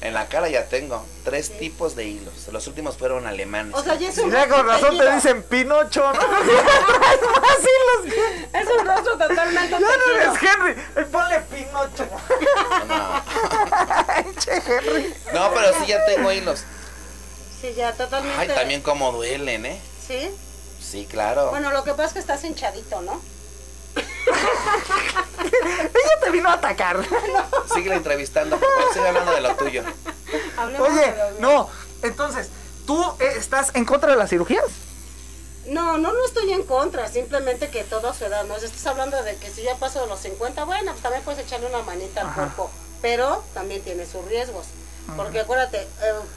[SPEAKER 3] En la cara ya tengo tres tipos de hilos. Los últimos fueron alemanes.
[SPEAKER 6] O sea, ya es un...
[SPEAKER 5] Mira, con
[SPEAKER 6] rostro
[SPEAKER 5] razón te
[SPEAKER 6] tejido.
[SPEAKER 5] dicen Pinocho, ¿no? Traes más hilos que-
[SPEAKER 6] Es un rostro totalmente...
[SPEAKER 5] Ya no
[SPEAKER 6] tejido.
[SPEAKER 5] eres Henry, eh, ponle Pinocho.
[SPEAKER 3] No.
[SPEAKER 5] Ay, che, Henry.
[SPEAKER 3] No, pero sí ya tengo hilos.
[SPEAKER 6] Sí, ya totalmente...
[SPEAKER 3] Ay, también como duelen, ¿eh?
[SPEAKER 6] Sí.
[SPEAKER 3] Sí, claro.
[SPEAKER 6] Bueno, lo que pasa es que estás hinchadito, ¿no?
[SPEAKER 5] Ella te vino a atacar.
[SPEAKER 3] Sigue entrevistando. por favor, Sigue hablando de lo tuyo.
[SPEAKER 6] Hablemos
[SPEAKER 5] Oye,
[SPEAKER 6] de lo mío.
[SPEAKER 5] no, entonces, ¿tú eh, estás en contra de las cirugías?
[SPEAKER 6] No, no, no estoy en contra, simplemente que todo a su edad, ¿no? Estás hablando de que si ya paso de los 50, bueno, pues también puedes echarle una manita al cuerpo, pero también tiene sus riesgos. Porque acuérdate, eh,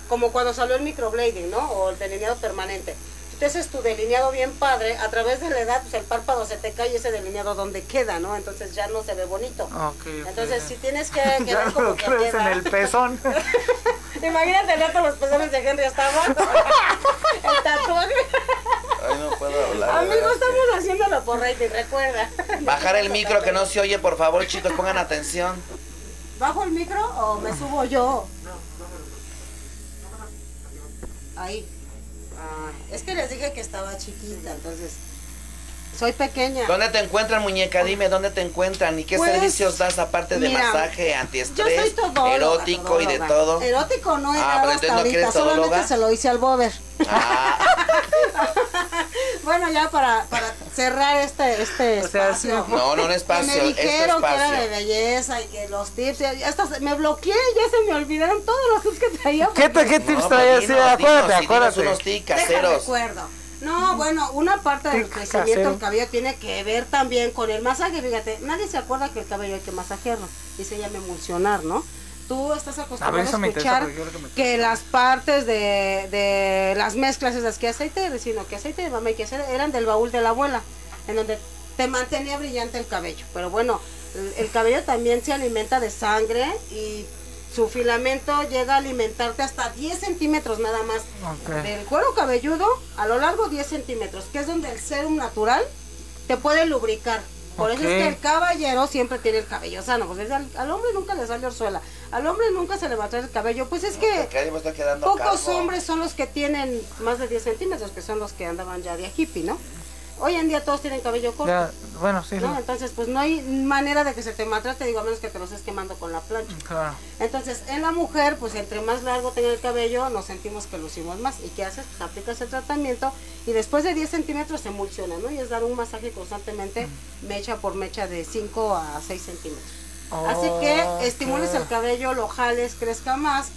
[SPEAKER 6] como cuando salió el microblading, ¿no? O el delineado permanente. Si te haces tu delineado bien padre, a través de la edad, pues el párpado se te cae y ese delineado donde queda, ¿no? Entonces ya no se ve bonito. Entonces, si tienes que
[SPEAKER 5] ya
[SPEAKER 6] quedar como
[SPEAKER 5] lo
[SPEAKER 6] que
[SPEAKER 5] crees en
[SPEAKER 6] queda.
[SPEAKER 5] el pezón.
[SPEAKER 6] Imagínate el rato los pezones de Henry hasta abajo. el tatuaje.
[SPEAKER 3] Ay, no puedo hablar. de
[SPEAKER 6] Amigo,
[SPEAKER 3] verdad.
[SPEAKER 6] estamos haciéndolo por rating, recuerda.
[SPEAKER 3] Bajar el micro que no se oye, por favor, chicos, pongan atención.
[SPEAKER 6] ¿Bajo el micro o me subo yo? Ahí. Ah, es que les dije que estaba chiquita, entonces. Soy pequeña.
[SPEAKER 3] ¿Dónde te encuentran, muñeca? Dime, ¿dónde te encuentran? ¿Y qué
[SPEAKER 6] Pues,
[SPEAKER 3] servicios das aparte de
[SPEAKER 6] mira,
[SPEAKER 3] masaje,
[SPEAKER 6] Yo soy
[SPEAKER 3] antiestrés,
[SPEAKER 6] todóloga.
[SPEAKER 3] erótico y de
[SPEAKER 6] todóloga.
[SPEAKER 3] todo?
[SPEAKER 6] Erótico no he
[SPEAKER 3] Ah,
[SPEAKER 6] dado
[SPEAKER 3] pero
[SPEAKER 6] hasta
[SPEAKER 3] entonces no
[SPEAKER 6] ahorita,
[SPEAKER 3] quieres todóloga.
[SPEAKER 6] solamente se lo hice al bober.
[SPEAKER 3] Ah,
[SPEAKER 6] Bueno, ya para, para cerrar este, este
[SPEAKER 5] O sea,
[SPEAKER 6] espacio.
[SPEAKER 5] sí,
[SPEAKER 3] No, no un espacio,
[SPEAKER 6] que me
[SPEAKER 3] este
[SPEAKER 6] dijeron que era
[SPEAKER 3] espacio.
[SPEAKER 6] de belleza y que los tips. y hasta se- me bloqueé, ya se me olvidaron todos los tips que traía.
[SPEAKER 5] ¿Qué, te- qué tips
[SPEAKER 3] No,
[SPEAKER 5] traía?
[SPEAKER 3] pues,
[SPEAKER 5] Sí,
[SPEAKER 3] dinos,
[SPEAKER 5] acuérdate,
[SPEAKER 3] dinos, y dinos
[SPEAKER 5] acuérdate.
[SPEAKER 3] unos tips
[SPEAKER 6] Deja
[SPEAKER 3] caseros.
[SPEAKER 6] recuerdo. No, bueno, una parte del
[SPEAKER 5] Tic
[SPEAKER 6] crecimiento
[SPEAKER 5] casero.
[SPEAKER 6] del cabello tiene que ver también con el masaje. Fíjate, nadie se acuerda que el cabello hay que masajearlo y se llama emulsionar, ¿no? Tú estás acostumbrado
[SPEAKER 5] A
[SPEAKER 6] a,
[SPEAKER 5] ver, eso me interesa,
[SPEAKER 6] escuchar
[SPEAKER 5] porque yo creo que me-
[SPEAKER 6] que, las partes de, de las mezclas esas que aceite de resino, que aceite de mamá y que aceite eran del baúl de la abuela, en donde te mantenía brillante el cabello. Pero bueno, el, el cabello también se alimenta de sangre y su filamento llega a alimentarte hasta 10 centímetros nada más
[SPEAKER 5] Ok.
[SPEAKER 6] del cuero cabelludo a lo largo 10 centímetros, que es donde el serum natural te puede lubricar. Por eso es
[SPEAKER 5] Ok.
[SPEAKER 6] que el caballero siempre tiene el cabello sano. Pues es al, al hombre nunca le sale orzuela, al hombre nunca se le va a traer el cabello. Pues es que
[SPEAKER 3] Acá ya me estoy quedando
[SPEAKER 6] pocos
[SPEAKER 3] calvo.
[SPEAKER 6] hombres son los que tienen más de 10 centímetros, que son los que andaban ya de hippie, ¿no? Hoy en día todos tienen cabello corto.
[SPEAKER 5] Ya, bueno, sí.
[SPEAKER 6] ¿no? Entonces, pues no hay manera de que se te maltrate, digo, a menos que te lo estés quemando con la plancha.
[SPEAKER 5] Claro.
[SPEAKER 6] Entonces, en la mujer, pues entre más largo tenga el cabello, nos sentimos que lucimos más. ¿Y qué haces? Pues aplicas el tratamiento y después de 10 centímetros se emulsiona, ¿no? Y es dar un masaje constantemente, mecha por mecha, de 5 a 6 centímetros. Así
[SPEAKER 5] Ok.
[SPEAKER 6] que estimules el cabello, lo jales, crezca más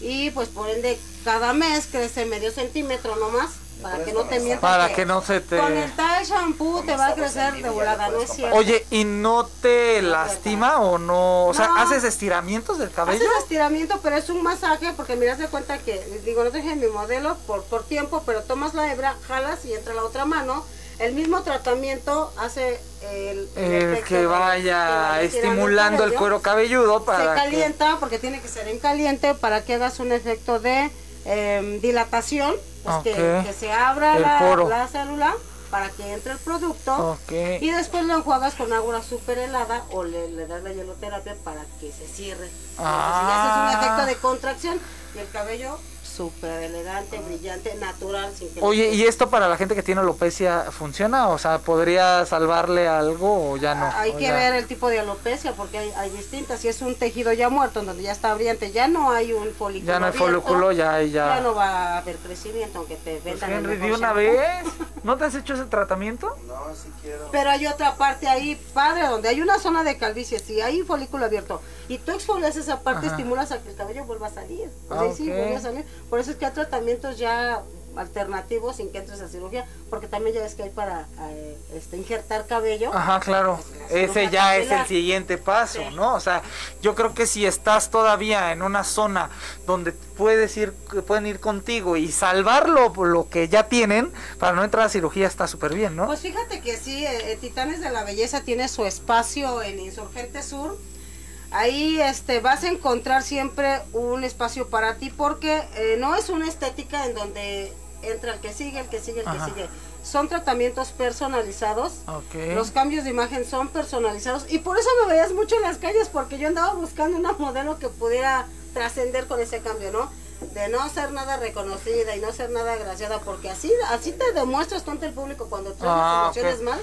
[SPEAKER 6] y pues por ende cada mes crece medio centímetro nomás para que no te mientas.
[SPEAKER 5] Para que no se te...
[SPEAKER 6] Con el tal shampoo te va a
[SPEAKER 3] Comenzamos en
[SPEAKER 6] crecer
[SPEAKER 3] vivo,
[SPEAKER 6] de
[SPEAKER 3] ya lo
[SPEAKER 6] volada, ¿no
[SPEAKER 3] puedes
[SPEAKER 6] es cierto?
[SPEAKER 5] Oye, ¿y no te lastima o no? O sea,
[SPEAKER 6] No.
[SPEAKER 5] ¿haces estiramientos del cabello?
[SPEAKER 6] Haces estiramiento, pero es un masaje porque miras de cuenta que, digo, no dejé mi modelo por, por tiempo, pero tomas la hebra, jalas y entra la otra mano. El mismo tratamiento hace el, el
[SPEAKER 5] El
[SPEAKER 6] efecto
[SPEAKER 5] que
[SPEAKER 6] de-
[SPEAKER 5] vaya
[SPEAKER 6] de- de-
[SPEAKER 5] estimulando el
[SPEAKER 6] cabello.
[SPEAKER 5] cuero cabelludo para
[SPEAKER 6] Se calienta porque tiene que ser en caliente para que hagas un efecto de em, dilatación, pues que,
[SPEAKER 5] Ok.
[SPEAKER 6] que se abra
[SPEAKER 5] El
[SPEAKER 6] la,
[SPEAKER 5] poro.
[SPEAKER 6] la célula para que entre el producto.
[SPEAKER 5] que... Ok.
[SPEAKER 6] Y después lo enjuagas con agua super helada o le, le das la hieloterapia para que se cierre. Entonces,
[SPEAKER 5] Ah.
[SPEAKER 6] ya haces un efecto de contracción y el cabello súper elegante, brillante, natural. Sin que
[SPEAKER 5] Ah. Oye, ¿y esto para la gente que tiene alopecia funciona? O sea, ¿podría salvarle algo o ya no?
[SPEAKER 6] Hay
[SPEAKER 5] O
[SPEAKER 6] que
[SPEAKER 5] ya-
[SPEAKER 6] ver el tipo de alopecia porque hay, hay distintas. Si es un tejido ya muerto, en donde ya está brillante, ya no hay un folículo.
[SPEAKER 5] Ya no hay
[SPEAKER 6] abierto,
[SPEAKER 5] folículo, ya hay ya...
[SPEAKER 6] Ya no va a haber crecimiento, aunque te
[SPEAKER 5] Pues,
[SPEAKER 6] vendan. el
[SPEAKER 5] Henry,
[SPEAKER 6] mejor
[SPEAKER 5] de una
[SPEAKER 6] shampoo.
[SPEAKER 5] vez. ¿No te has hecho ese tratamiento?
[SPEAKER 3] No, sí quiero.
[SPEAKER 6] Pero hay otra parte ahí, padre, donde hay una zona de calvicie, si hay folículo abierto y tú exfolias esa parte,
[SPEAKER 5] Ajá.
[SPEAKER 6] estimulas a que el cabello vuelva a salir.
[SPEAKER 5] Ah,
[SPEAKER 6] Sí, sí,
[SPEAKER 5] ok.
[SPEAKER 6] vuelve a salir. Por eso es que hay tratamientos ya alternativos sin que entres a cirugía, porque también ya ves que hay para eh, este, injertar cabello.
[SPEAKER 5] Ajá, claro. Ese ya es el siguiente paso, ¿no? O sea, yo creo que si estás todavía en una zona donde puedes ir, pueden ir contigo y salvar lo, lo que ya tienen para no entrar a cirugía está súper bien, ¿no?
[SPEAKER 6] Pues fíjate que sí, eh, eh, Titanes de la Belleza tiene su espacio en Insurgente Sur. Ahí este, vas a encontrar siempre un espacio para ti porque eh, no es una estética en donde entra el que sigue, el que sigue, el
[SPEAKER 5] Ajá.
[SPEAKER 6] que sigue. Son tratamientos personalizados.
[SPEAKER 5] Ok.
[SPEAKER 6] Los cambios de imagen son personalizados y por eso me veías mucho en las calles porque yo andaba buscando una modelo que pudiera trascender con ese cambio, ¿no? De no ser nada reconocida y no ser nada agraciada porque así así te demuestras ante el público cuando traes
[SPEAKER 5] Ah,
[SPEAKER 6] las emociones
[SPEAKER 5] ok.
[SPEAKER 6] mal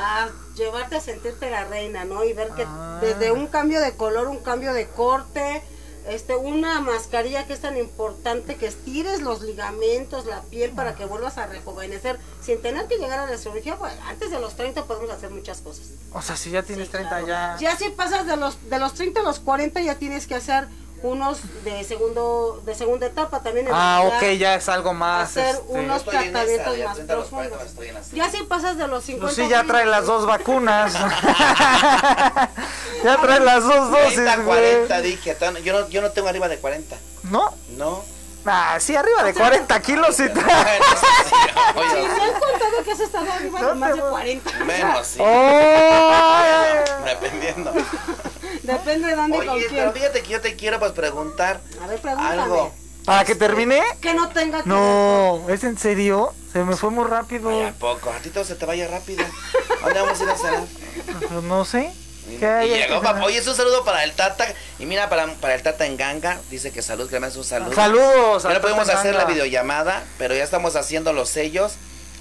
[SPEAKER 6] a llevarte a sentirte la reina, ¿no? Y ver que
[SPEAKER 5] Ah.
[SPEAKER 6] desde un cambio de color, un cambio de corte, este una mascarilla que es tan importante que estires los ligamentos, la piel para que vuelvas a rejuvenecer sin tener que llegar a la cirugía, pues, antes de los 30 podemos hacer muchas cosas.
[SPEAKER 5] O sea, si ya tienes
[SPEAKER 6] Sí,
[SPEAKER 5] 30
[SPEAKER 6] claro.
[SPEAKER 5] ya...
[SPEAKER 6] Ya si pasas de los de los 30 a los 40 ya tienes que hacer unos de segundo de segunda etapa también en
[SPEAKER 5] Ah,
[SPEAKER 6] donde ya
[SPEAKER 5] ok, ya es algo más...
[SPEAKER 6] hacer
[SPEAKER 5] este,
[SPEAKER 3] Yo
[SPEAKER 6] unos
[SPEAKER 3] estoy en esa,
[SPEAKER 6] tratamientos
[SPEAKER 3] de
[SPEAKER 6] más
[SPEAKER 3] 30 a los 40
[SPEAKER 6] profundos.
[SPEAKER 3] estoy en esa.
[SPEAKER 6] Ya si pasas de los 50
[SPEAKER 5] Pues sí, ya trae
[SPEAKER 6] años,
[SPEAKER 5] las dos vacunas. ya trae las dos dosis,
[SPEAKER 3] 30,
[SPEAKER 5] güey.
[SPEAKER 3] 40, dije. tan- Yo no, yo no tengo arriba de 40.
[SPEAKER 5] ¿No?
[SPEAKER 3] No.
[SPEAKER 5] Ah, sí, arriba de 40 kilos sí trae.
[SPEAKER 6] Sí,
[SPEAKER 3] Oye,
[SPEAKER 6] me han contado que has estado arriba
[SPEAKER 5] No
[SPEAKER 6] de más
[SPEAKER 5] te
[SPEAKER 6] de
[SPEAKER 5] voy-
[SPEAKER 6] 40.
[SPEAKER 3] menos, sí.
[SPEAKER 5] ¡Oh!
[SPEAKER 3] Dependiendo.
[SPEAKER 6] Depende de dónde y con
[SPEAKER 3] Oye,
[SPEAKER 6] quién.
[SPEAKER 3] pero fíjate que yo te quiero pues preguntar
[SPEAKER 6] A ver, pregúntame.
[SPEAKER 3] algo.
[SPEAKER 5] ¿Para que termine?
[SPEAKER 6] Que no tenga que
[SPEAKER 5] No, ¿es en serio? Se me fue muy rápido.
[SPEAKER 3] Ay, ¿a poco? A ti todo se te vaya rápido. ¿Dónde vamos a ir a cenar?
[SPEAKER 5] Pues No sé.
[SPEAKER 3] Y
[SPEAKER 5] ¿Qué hay? Este,
[SPEAKER 3] llegó papá. Oye, es un saludo para el Tata. Y mira, para, para el Tata en ganga. Dice que salud, que me hace un saludo.
[SPEAKER 5] Saludos.
[SPEAKER 3] Ya no pudimos hacer la
[SPEAKER 5] Tanga.
[SPEAKER 3] videollamada, pero ya estamos haciendo los sellos.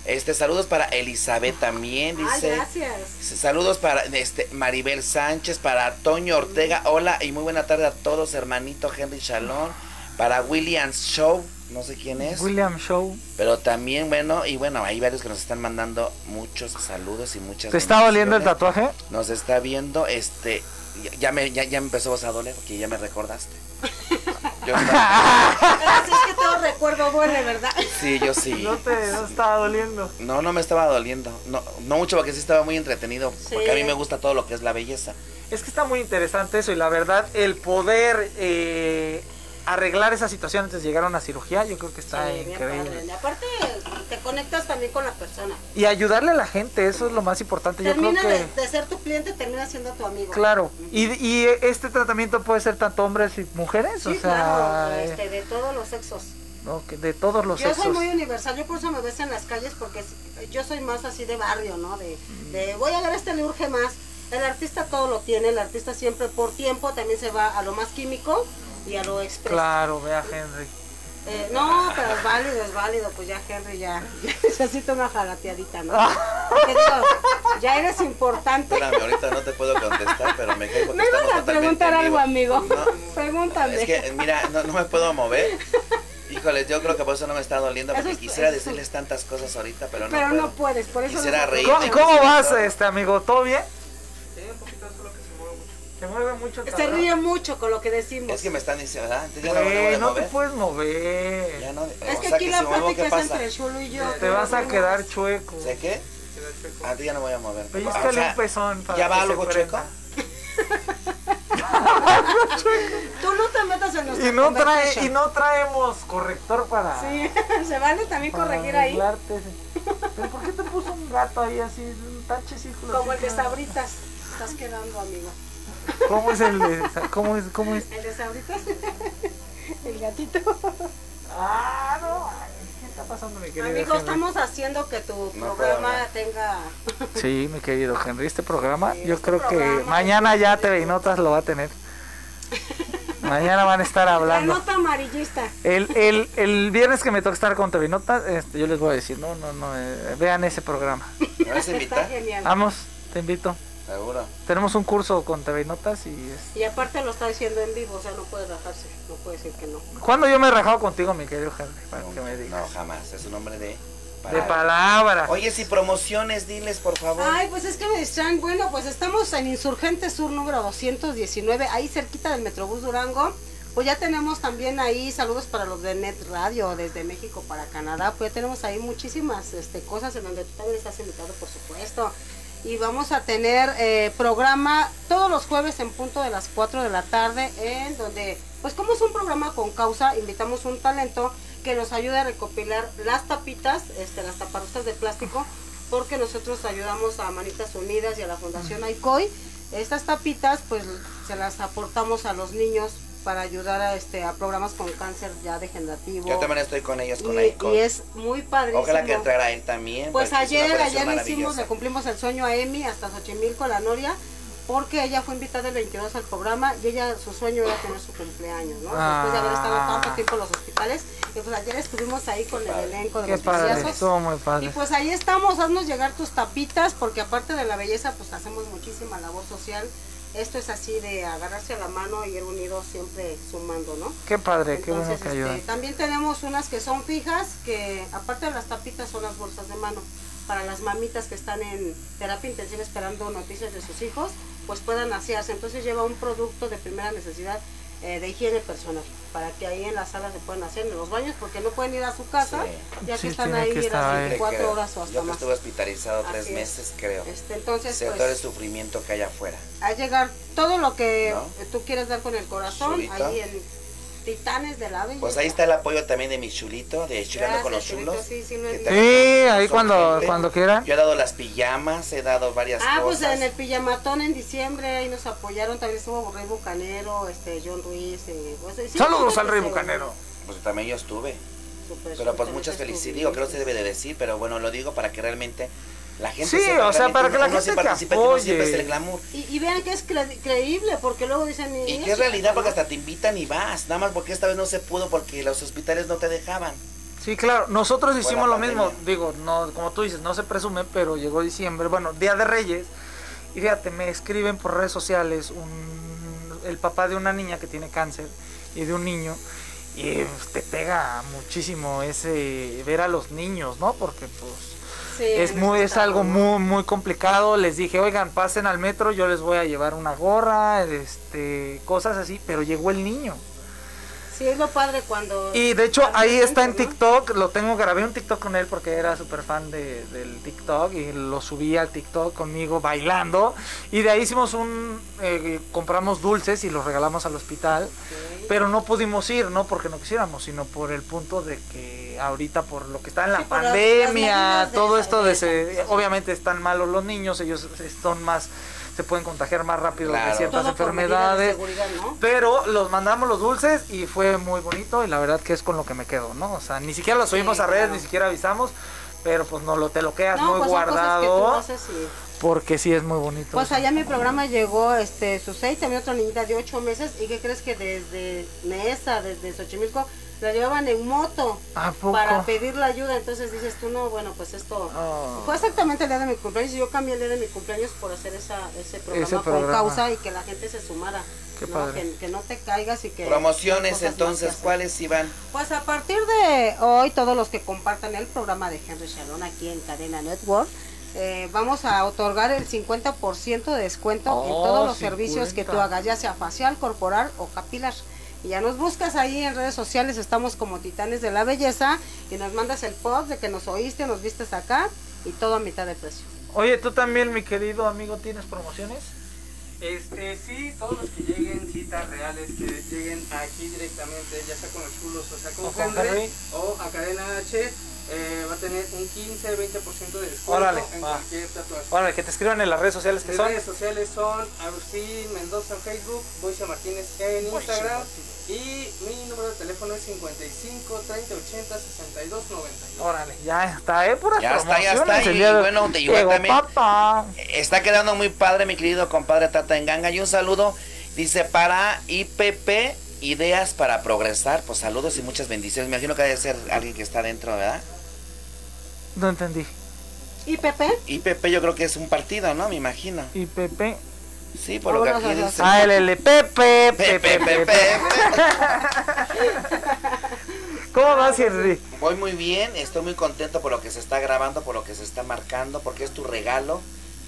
[SPEAKER 3] Este, saludos para Elizabeth también,
[SPEAKER 6] Ay,
[SPEAKER 3] dice.
[SPEAKER 6] gracias.
[SPEAKER 3] Saludos para este Maribel Sánchez, para Toño Ortega. Hola y muy buena tarde a todos, hermanito Henry Chalón. para Williams Show, no sé quién es.
[SPEAKER 5] William Show.
[SPEAKER 3] Pero también, bueno, y bueno, hay varios que nos están mandando muchos saludos y muchas.
[SPEAKER 5] ¿Te está doliendo el
[SPEAKER 3] bendiciones.
[SPEAKER 5] tatuaje?
[SPEAKER 3] Nos está viendo, este. Ya, ya me, ya, ya me empezó vos a doler, porque ya me recordaste. Yo estaba-
[SPEAKER 6] Así es que todo recuerdo duele, ¿verdad?
[SPEAKER 3] sí, yo sí.
[SPEAKER 5] No te no está doliendo.
[SPEAKER 3] No, no me estaba doliendo. No, no mucho, porque sí estaba muy entretenido. Porque a mí me gusta todo lo que es la belleza.
[SPEAKER 5] Es que está muy interesante eso y la verdad el poder eh, arreglar esa situación antes de llegar a una cirugía, yo creo que está
[SPEAKER 6] Sí, bien
[SPEAKER 5] increíble.
[SPEAKER 6] padre. Y Aparte, te conectas también con la persona.
[SPEAKER 5] Y ayudarle a la gente, eso es lo más importante. Yo
[SPEAKER 6] Termina
[SPEAKER 5] creo que
[SPEAKER 6] de, de ser tu cliente, termina siendo tu amigo.
[SPEAKER 5] claro. Y, y este tratamiento puede ser tanto hombres y mujeres,
[SPEAKER 6] Sí,
[SPEAKER 5] o sea,
[SPEAKER 6] claro,
[SPEAKER 5] eh,
[SPEAKER 6] este, de todos los sexos.
[SPEAKER 5] no, que de todos los
[SPEAKER 6] yo soy
[SPEAKER 5] sexos.
[SPEAKER 6] muy universal, yo por eso me ves en las calles porque es- yo soy más así de barrio, ¿no? De,
[SPEAKER 3] Mm.
[SPEAKER 6] de, voy a ver este le urge más. El artista todo lo tiene, el artista siempre por tiempo también se va a lo más químico y a lo expreso.
[SPEAKER 5] Claro, vea Henry.
[SPEAKER 6] Eh, no, pero es válido, es válido, pues ya Henry ya necesita una jalateadita, ¿no? Porque digo, ya eres importante.
[SPEAKER 3] Espérame, ahorita no te puedo contestar, pero me caigo
[SPEAKER 6] Me ibas a preguntar algo, amigo. Pregúntame.
[SPEAKER 3] Es que, mira, no, no me puedo mover. Híjoles, yo creo que por eso no me está doliendo,
[SPEAKER 6] Eso
[SPEAKER 3] porque
[SPEAKER 6] es-
[SPEAKER 3] quisiera
[SPEAKER 6] eso es-
[SPEAKER 3] decirles tantas cosas ahorita, pero no
[SPEAKER 6] pero
[SPEAKER 3] puedo.
[SPEAKER 6] no puedes, por eso
[SPEAKER 3] Quisiera
[SPEAKER 6] nosotros-
[SPEAKER 3] reír.
[SPEAKER 5] ¿Cómo, cómo vas, este amigo? ¿Todo bien? Se mueve mucho. el
[SPEAKER 6] Se
[SPEAKER 5] cabrón.
[SPEAKER 6] ríe mucho con lo que decimos.
[SPEAKER 3] Es que me están diciendo, ¿verdad? Entonces ya no me voy
[SPEAKER 5] Güey,
[SPEAKER 3] a
[SPEAKER 5] no te
[SPEAKER 3] mover.
[SPEAKER 5] puedes mover.
[SPEAKER 3] Ya no,
[SPEAKER 6] Es
[SPEAKER 3] o
[SPEAKER 6] que
[SPEAKER 3] sea,
[SPEAKER 6] aquí
[SPEAKER 3] que
[SPEAKER 6] la
[SPEAKER 3] si me muevo,
[SPEAKER 6] plática
[SPEAKER 3] ¿qué
[SPEAKER 6] es
[SPEAKER 3] pasa?
[SPEAKER 6] entre el chulo y yo.
[SPEAKER 5] Te
[SPEAKER 6] no
[SPEAKER 5] vas a
[SPEAKER 6] podemos.
[SPEAKER 5] quedar chueco.
[SPEAKER 3] ¿Sé qué? Ah, tú ya no voy a mover.
[SPEAKER 5] Pellizcale
[SPEAKER 3] O sea,
[SPEAKER 5] un pezón para
[SPEAKER 3] ¿Ya
[SPEAKER 5] que
[SPEAKER 3] va
[SPEAKER 5] se
[SPEAKER 3] algo chueco?
[SPEAKER 5] prenda.
[SPEAKER 6] Tú no te metas en nuestra
[SPEAKER 5] Y no, trae,
[SPEAKER 6] conversation.
[SPEAKER 5] y no traemos corrector para.
[SPEAKER 6] Sí, se vale también
[SPEAKER 5] para
[SPEAKER 6] corregir ahí.
[SPEAKER 5] arreglarte. ¿Pero por qué te puso un gato ahí así? Un tache así, hijo de
[SPEAKER 6] Como el de
[SPEAKER 5] chica?
[SPEAKER 6] Sabritas. Estás quedando, amigo.
[SPEAKER 5] ¿Cómo es el de sa- ¿Cómo es? ¿Cómo es?
[SPEAKER 6] El de Sabritas. El gatito.
[SPEAKER 5] Ah, no. ay, ¿Qué está pasando, mi querido?
[SPEAKER 6] Amigo,
[SPEAKER 5] Henry?
[SPEAKER 6] estamos haciendo que tu
[SPEAKER 3] No puedo
[SPEAKER 6] programa
[SPEAKER 3] hablar.
[SPEAKER 6] tenga.
[SPEAKER 5] Sí, mi querido Henry, este programa,
[SPEAKER 6] Sí,
[SPEAKER 5] yo
[SPEAKER 6] este
[SPEAKER 5] creo que
[SPEAKER 6] programa
[SPEAKER 5] mañana
[SPEAKER 6] es-
[SPEAKER 5] ya TV Notas lo va a tener. mañana van a estar
[SPEAKER 6] La
[SPEAKER 5] hablando.
[SPEAKER 6] nota amarillista.
[SPEAKER 5] El, el, el viernes que me toca estar con Tevinotas, este, yo les voy a decir, no, no, no, eh, vean ese programa.
[SPEAKER 3] ¿Me vas a
[SPEAKER 6] Está
[SPEAKER 3] invitar?
[SPEAKER 6] genial.
[SPEAKER 5] Vamos, te invito.
[SPEAKER 3] Seguro.
[SPEAKER 5] Tenemos un curso con Tevinotas y es...
[SPEAKER 6] Y aparte lo está diciendo en vivo, o sea, no puede rajarse. No puede decir que no.
[SPEAKER 5] ¿Cuándo yo me he rajado contigo, mi querido Henry? Para
[SPEAKER 3] No,
[SPEAKER 5] que me digas.
[SPEAKER 3] no, jamás. Es un hombre de...
[SPEAKER 5] De
[SPEAKER 3] palabra.
[SPEAKER 5] palabra.
[SPEAKER 3] Oye, si promociones, diles, por favor.
[SPEAKER 6] Ay, pues es que me distraen. Bueno, pues estamos en Insurgente Sur número 219, ahí cerquita del Metrobús Durango. Pues ya tenemos también ahí saludos para los de Net Radio desde México para Canadá. Pues ya tenemos ahí muchísimas este, cosas en donde tú también estás invitado, por supuesto. Y vamos a tener eh, programa todos los jueves en punto de las 4 de la tarde, en donde, pues como es un programa con causa, invitamos un talento que nos ayude a recopilar las tapitas, este, las taparosas de plástico, porque nosotros ayudamos a Manitas Unidas y a la Fundación AICOI. Estas tapitas pues se las aportamos a los niños para ayudar a, este, a programas con cáncer ya degenerativo.
[SPEAKER 3] Yo también estoy con ellos, con
[SPEAKER 6] y,
[SPEAKER 3] Aiko.
[SPEAKER 6] y es muy padrísimo.
[SPEAKER 3] Ojalá que entrara él también.
[SPEAKER 6] Pues
[SPEAKER 3] porque es una
[SPEAKER 6] ayer,
[SPEAKER 3] operación
[SPEAKER 6] ayer le hicimos,
[SPEAKER 3] maravillosa.
[SPEAKER 6] le cumplimos el sueño a Emi hasta Xochimilco, la Noria, porque ella fue invitada el 22 al programa y ella, su sueño era tener su cumpleaños, ¿no? Después de haber estado
[SPEAKER 3] Ah.
[SPEAKER 6] tanto tiempo en los hospitales, y pues ayer estuvimos ahí con el elenco de
[SPEAKER 5] Qué
[SPEAKER 6] los
[SPEAKER 5] padre,
[SPEAKER 6] Preciosos.
[SPEAKER 5] estuvo muy
[SPEAKER 6] Y
[SPEAKER 5] padre.
[SPEAKER 6] pues ahí estamos, haznos llegar tus tapitas, porque aparte de la belleza, pues hacemos muchísima labor social. Esto es así de agarrarse a la mano y ir unidos siempre sumando, ¿no?
[SPEAKER 5] Qué padre, qué bueno
[SPEAKER 6] Entonces,
[SPEAKER 5] que
[SPEAKER 6] este,
[SPEAKER 5] ayudan.
[SPEAKER 6] también tenemos unas que son fijas, que aparte de las tapitas son las bolsas de mano. Para las mamitas que están en terapia intensiva esperando noticias de sus hijos, pues puedan asearse. Entonces lleva un producto de primera necesidad eh, de higiene personal, para que ahí en las salas se puedan hacer, en los baños, porque no pueden ir a su casa,
[SPEAKER 3] Sí.
[SPEAKER 6] ya que
[SPEAKER 5] Sí,
[SPEAKER 6] están
[SPEAKER 5] tienen
[SPEAKER 6] ahí
[SPEAKER 5] que
[SPEAKER 6] las
[SPEAKER 5] estar ahí.
[SPEAKER 6] 24
[SPEAKER 3] Creo.
[SPEAKER 6] horas o hasta
[SPEAKER 3] Yo que
[SPEAKER 6] más.
[SPEAKER 3] estuve hospitalizado
[SPEAKER 6] Así
[SPEAKER 3] tres
[SPEAKER 6] es.
[SPEAKER 3] creo. meses, creo.
[SPEAKER 6] Este, entonces,
[SPEAKER 3] Sé todo el
[SPEAKER 6] pues,
[SPEAKER 3] sufrimiento que hay afuera.
[SPEAKER 6] a llegar todo lo que
[SPEAKER 3] ¿No?
[SPEAKER 6] tú quieres dar con el corazón,
[SPEAKER 3] Chulita.
[SPEAKER 6] ahí en Titanes de la Belleza.
[SPEAKER 3] Pues ahí está el apoyo también de mi chulito, de Chulando con los
[SPEAKER 6] Gracias,
[SPEAKER 3] Chulos.
[SPEAKER 6] Chulito, sí, sí, lo
[SPEAKER 3] que
[SPEAKER 6] he
[SPEAKER 3] también
[SPEAKER 5] Sí,
[SPEAKER 3] son
[SPEAKER 5] ahí cuando,
[SPEAKER 3] gente.
[SPEAKER 5] cuando quieran.
[SPEAKER 3] Yo he dado las pijamas, he dado varias
[SPEAKER 6] Ah, pues
[SPEAKER 3] cosas.
[SPEAKER 6] en el pijamatón en diciembre ahí nos apoyaron, también estuvo Rey Bucanero, este John Ruiz, eh, pues, sí,
[SPEAKER 5] Saludos
[SPEAKER 6] gente
[SPEAKER 5] al
[SPEAKER 6] que
[SPEAKER 5] Rey
[SPEAKER 6] se-
[SPEAKER 5] Bucanero.
[SPEAKER 3] Pues también yo estuve.
[SPEAKER 6] super,
[SPEAKER 3] Pero pues
[SPEAKER 6] super,
[SPEAKER 3] muchas
[SPEAKER 6] super
[SPEAKER 3] felicidades. Digo,
[SPEAKER 6] estuvo
[SPEAKER 3] creo que no se
[SPEAKER 6] bien.
[SPEAKER 3] debe de decir, pero bueno, lo digo para que realmente la gente
[SPEAKER 5] Sí,
[SPEAKER 3] sepa
[SPEAKER 5] o sea,
[SPEAKER 3] realmente
[SPEAKER 5] para que la
[SPEAKER 3] uno sí
[SPEAKER 5] gente que
[SPEAKER 3] participa, que no siempre es
[SPEAKER 5] apoye.
[SPEAKER 3] el glamour.
[SPEAKER 6] Y, y vean que es cre- creíble, porque luego dicen...
[SPEAKER 3] Y
[SPEAKER 6] eso
[SPEAKER 3] que es realidad
[SPEAKER 6] no".
[SPEAKER 3] porque hasta te invitan y vas, nada más porque esta vez no se pudo porque los hospitales no te dejaban.
[SPEAKER 5] Sí, claro, nosotros
[SPEAKER 3] Fue la
[SPEAKER 5] hicimos lo mismo,
[SPEAKER 3] pandemia.
[SPEAKER 5] digo, no, como tú dices, no se presume, pero llegó diciembre, bueno, Día de Reyes, y fíjate, me escriben por redes sociales un, el papá de una niña que tiene cáncer y de un niño, y pues, te pega muchísimo ese ver a los niños, ¿no? Porque pues
[SPEAKER 6] Sí,
[SPEAKER 5] es
[SPEAKER 6] en este
[SPEAKER 5] muy
[SPEAKER 6] ese
[SPEAKER 5] es algo
[SPEAKER 6] estado.
[SPEAKER 5] muy muy complicado les dije oigan pasen al metro yo les voy a llevar una gorra este cosas así pero llegó el niño
[SPEAKER 6] Sí, es lo padre cuando...
[SPEAKER 5] y de hecho
[SPEAKER 6] cuando
[SPEAKER 5] ahí está en
[SPEAKER 6] juntos, ¿no?
[SPEAKER 5] TikTok lo tengo grabé un TikTok con él porque era súper fan de, del TikTok y lo subí al TikTok conmigo bailando y de ahí hicimos un eh, compramos dulces y los regalamos al hospital pero no pudimos ir no porque no quisiéramos sino por el punto de que ahorita por lo que está en la
[SPEAKER 6] Sí, por las- las
[SPEAKER 5] pandemia
[SPEAKER 6] medidas de
[SPEAKER 5] todo esto de
[SPEAKER 6] sanidad.
[SPEAKER 5] se- obviamente están malos los niños ellos son más se pueden contagiar más rápido de
[SPEAKER 3] Claro.
[SPEAKER 5] ciertas
[SPEAKER 6] Todo por medida de
[SPEAKER 5] enfermedades
[SPEAKER 6] seguridad, ¿no?
[SPEAKER 5] pero los mandamos los dulces y fue muy bonito y la verdad que es con lo que me quedo, ¿no? O sea, ni siquiera lo subimos
[SPEAKER 6] Sí,
[SPEAKER 5] a redes,
[SPEAKER 6] claro.
[SPEAKER 5] ni siquiera avisamos, pero pues no lo te lo quedas
[SPEAKER 6] No,
[SPEAKER 5] muy
[SPEAKER 6] pues son cosas que tú
[SPEAKER 5] guardado
[SPEAKER 6] haces y-
[SPEAKER 5] porque sí es muy bonito.
[SPEAKER 6] Pues
[SPEAKER 5] eso.
[SPEAKER 6] allá a mi programa llegó este Susei, también otra niñita de 8 meses, y ¿qué crees que desde Nesa, desde Xochimilco, la llevaban en moto
[SPEAKER 5] ¿A poco?
[SPEAKER 6] para pedir la ayuda? Entonces dices tú, no, bueno, pues esto...
[SPEAKER 5] Oh.
[SPEAKER 6] Fue exactamente el día de mi cumpleaños, y yo cambié el día de mi cumpleaños por hacer esa, ese, programa
[SPEAKER 5] Ese
[SPEAKER 6] con
[SPEAKER 5] programa.
[SPEAKER 6] causa y que la gente se sumara.
[SPEAKER 5] Qué
[SPEAKER 6] ¿no?
[SPEAKER 5] padre.
[SPEAKER 6] Que, que no te caigas y que...
[SPEAKER 3] Promociones
[SPEAKER 6] cosas ¿eh? más que
[SPEAKER 3] entonces,
[SPEAKER 6] hacer.
[SPEAKER 3] ¿cuáles Iván?
[SPEAKER 6] Pues a partir de hoy, todos los que compartan el programa de Henry Shalom aquí en Cadena Network, eh, vamos a otorgar el 50% de descuento en
[SPEAKER 5] Oh,
[SPEAKER 6] todos los servicios que
[SPEAKER 5] 50.
[SPEAKER 6] tú hagas, ya sea facial, corporal o capilar. Y ya nos buscas ahí en redes sociales, estamos como Titanes de la Belleza y nos mandas el post de que nos oíste, nos vistes acá y todo a mitad de precio.
[SPEAKER 5] Oye, tú también, mi querido amigo, ¿tienes promociones?
[SPEAKER 2] Este, sí, todos los que lleguen, citas reales, que lleguen aquí directamente, ya sea con los chulos, o sea, con,
[SPEAKER 5] O con
[SPEAKER 2] Henry,
[SPEAKER 5] Henry.
[SPEAKER 2] o a Cadena H, eh, va a tener un 15, 20% de descuento
[SPEAKER 5] Órale,
[SPEAKER 2] en
[SPEAKER 5] va.
[SPEAKER 2] cualquier tatuaje.
[SPEAKER 5] Bueno, que te escriban en las redes sociales que
[SPEAKER 2] Mis
[SPEAKER 5] son.
[SPEAKER 2] redes sociales son Agustín Mendoza en Facebook, Boise Martínez en Instagram y mi número de teléfono es 55 30 80 62 92.
[SPEAKER 5] Órale, ya está, eh, puras
[SPEAKER 9] Ya está, ya está,
[SPEAKER 5] promociones el
[SPEAKER 9] y
[SPEAKER 5] día de-
[SPEAKER 9] bueno, te llegó
[SPEAKER 5] Llegó
[SPEAKER 9] también-
[SPEAKER 5] papá.
[SPEAKER 9] Está quedando muy padre, mi querido compadre Tata Enganga. Y un saludo, dice, para IPP, ideas para progresar. Pues saludos y muchas bendiciones. Me imagino que debe ser alguien que está dentro, ¿verdad?
[SPEAKER 5] No entendí.
[SPEAKER 6] ¿Y Pepe?
[SPEAKER 9] IPP yo creo que es un partido, ¿no? Me imagino.
[SPEAKER 5] Y Pepe.
[SPEAKER 9] Sí, por lo que aquí
[SPEAKER 6] Vámonos,
[SPEAKER 9] dice.
[SPEAKER 5] Ah, el, el Pepe, Pepe,
[SPEAKER 9] Pepe,
[SPEAKER 5] Pepe.
[SPEAKER 9] Pepe, Pepe.
[SPEAKER 5] ¿Cómo vas, Henry?
[SPEAKER 3] Voy muy bien, estoy muy contento por lo que se está grabando, por lo que se está marcando, porque es tu regalo,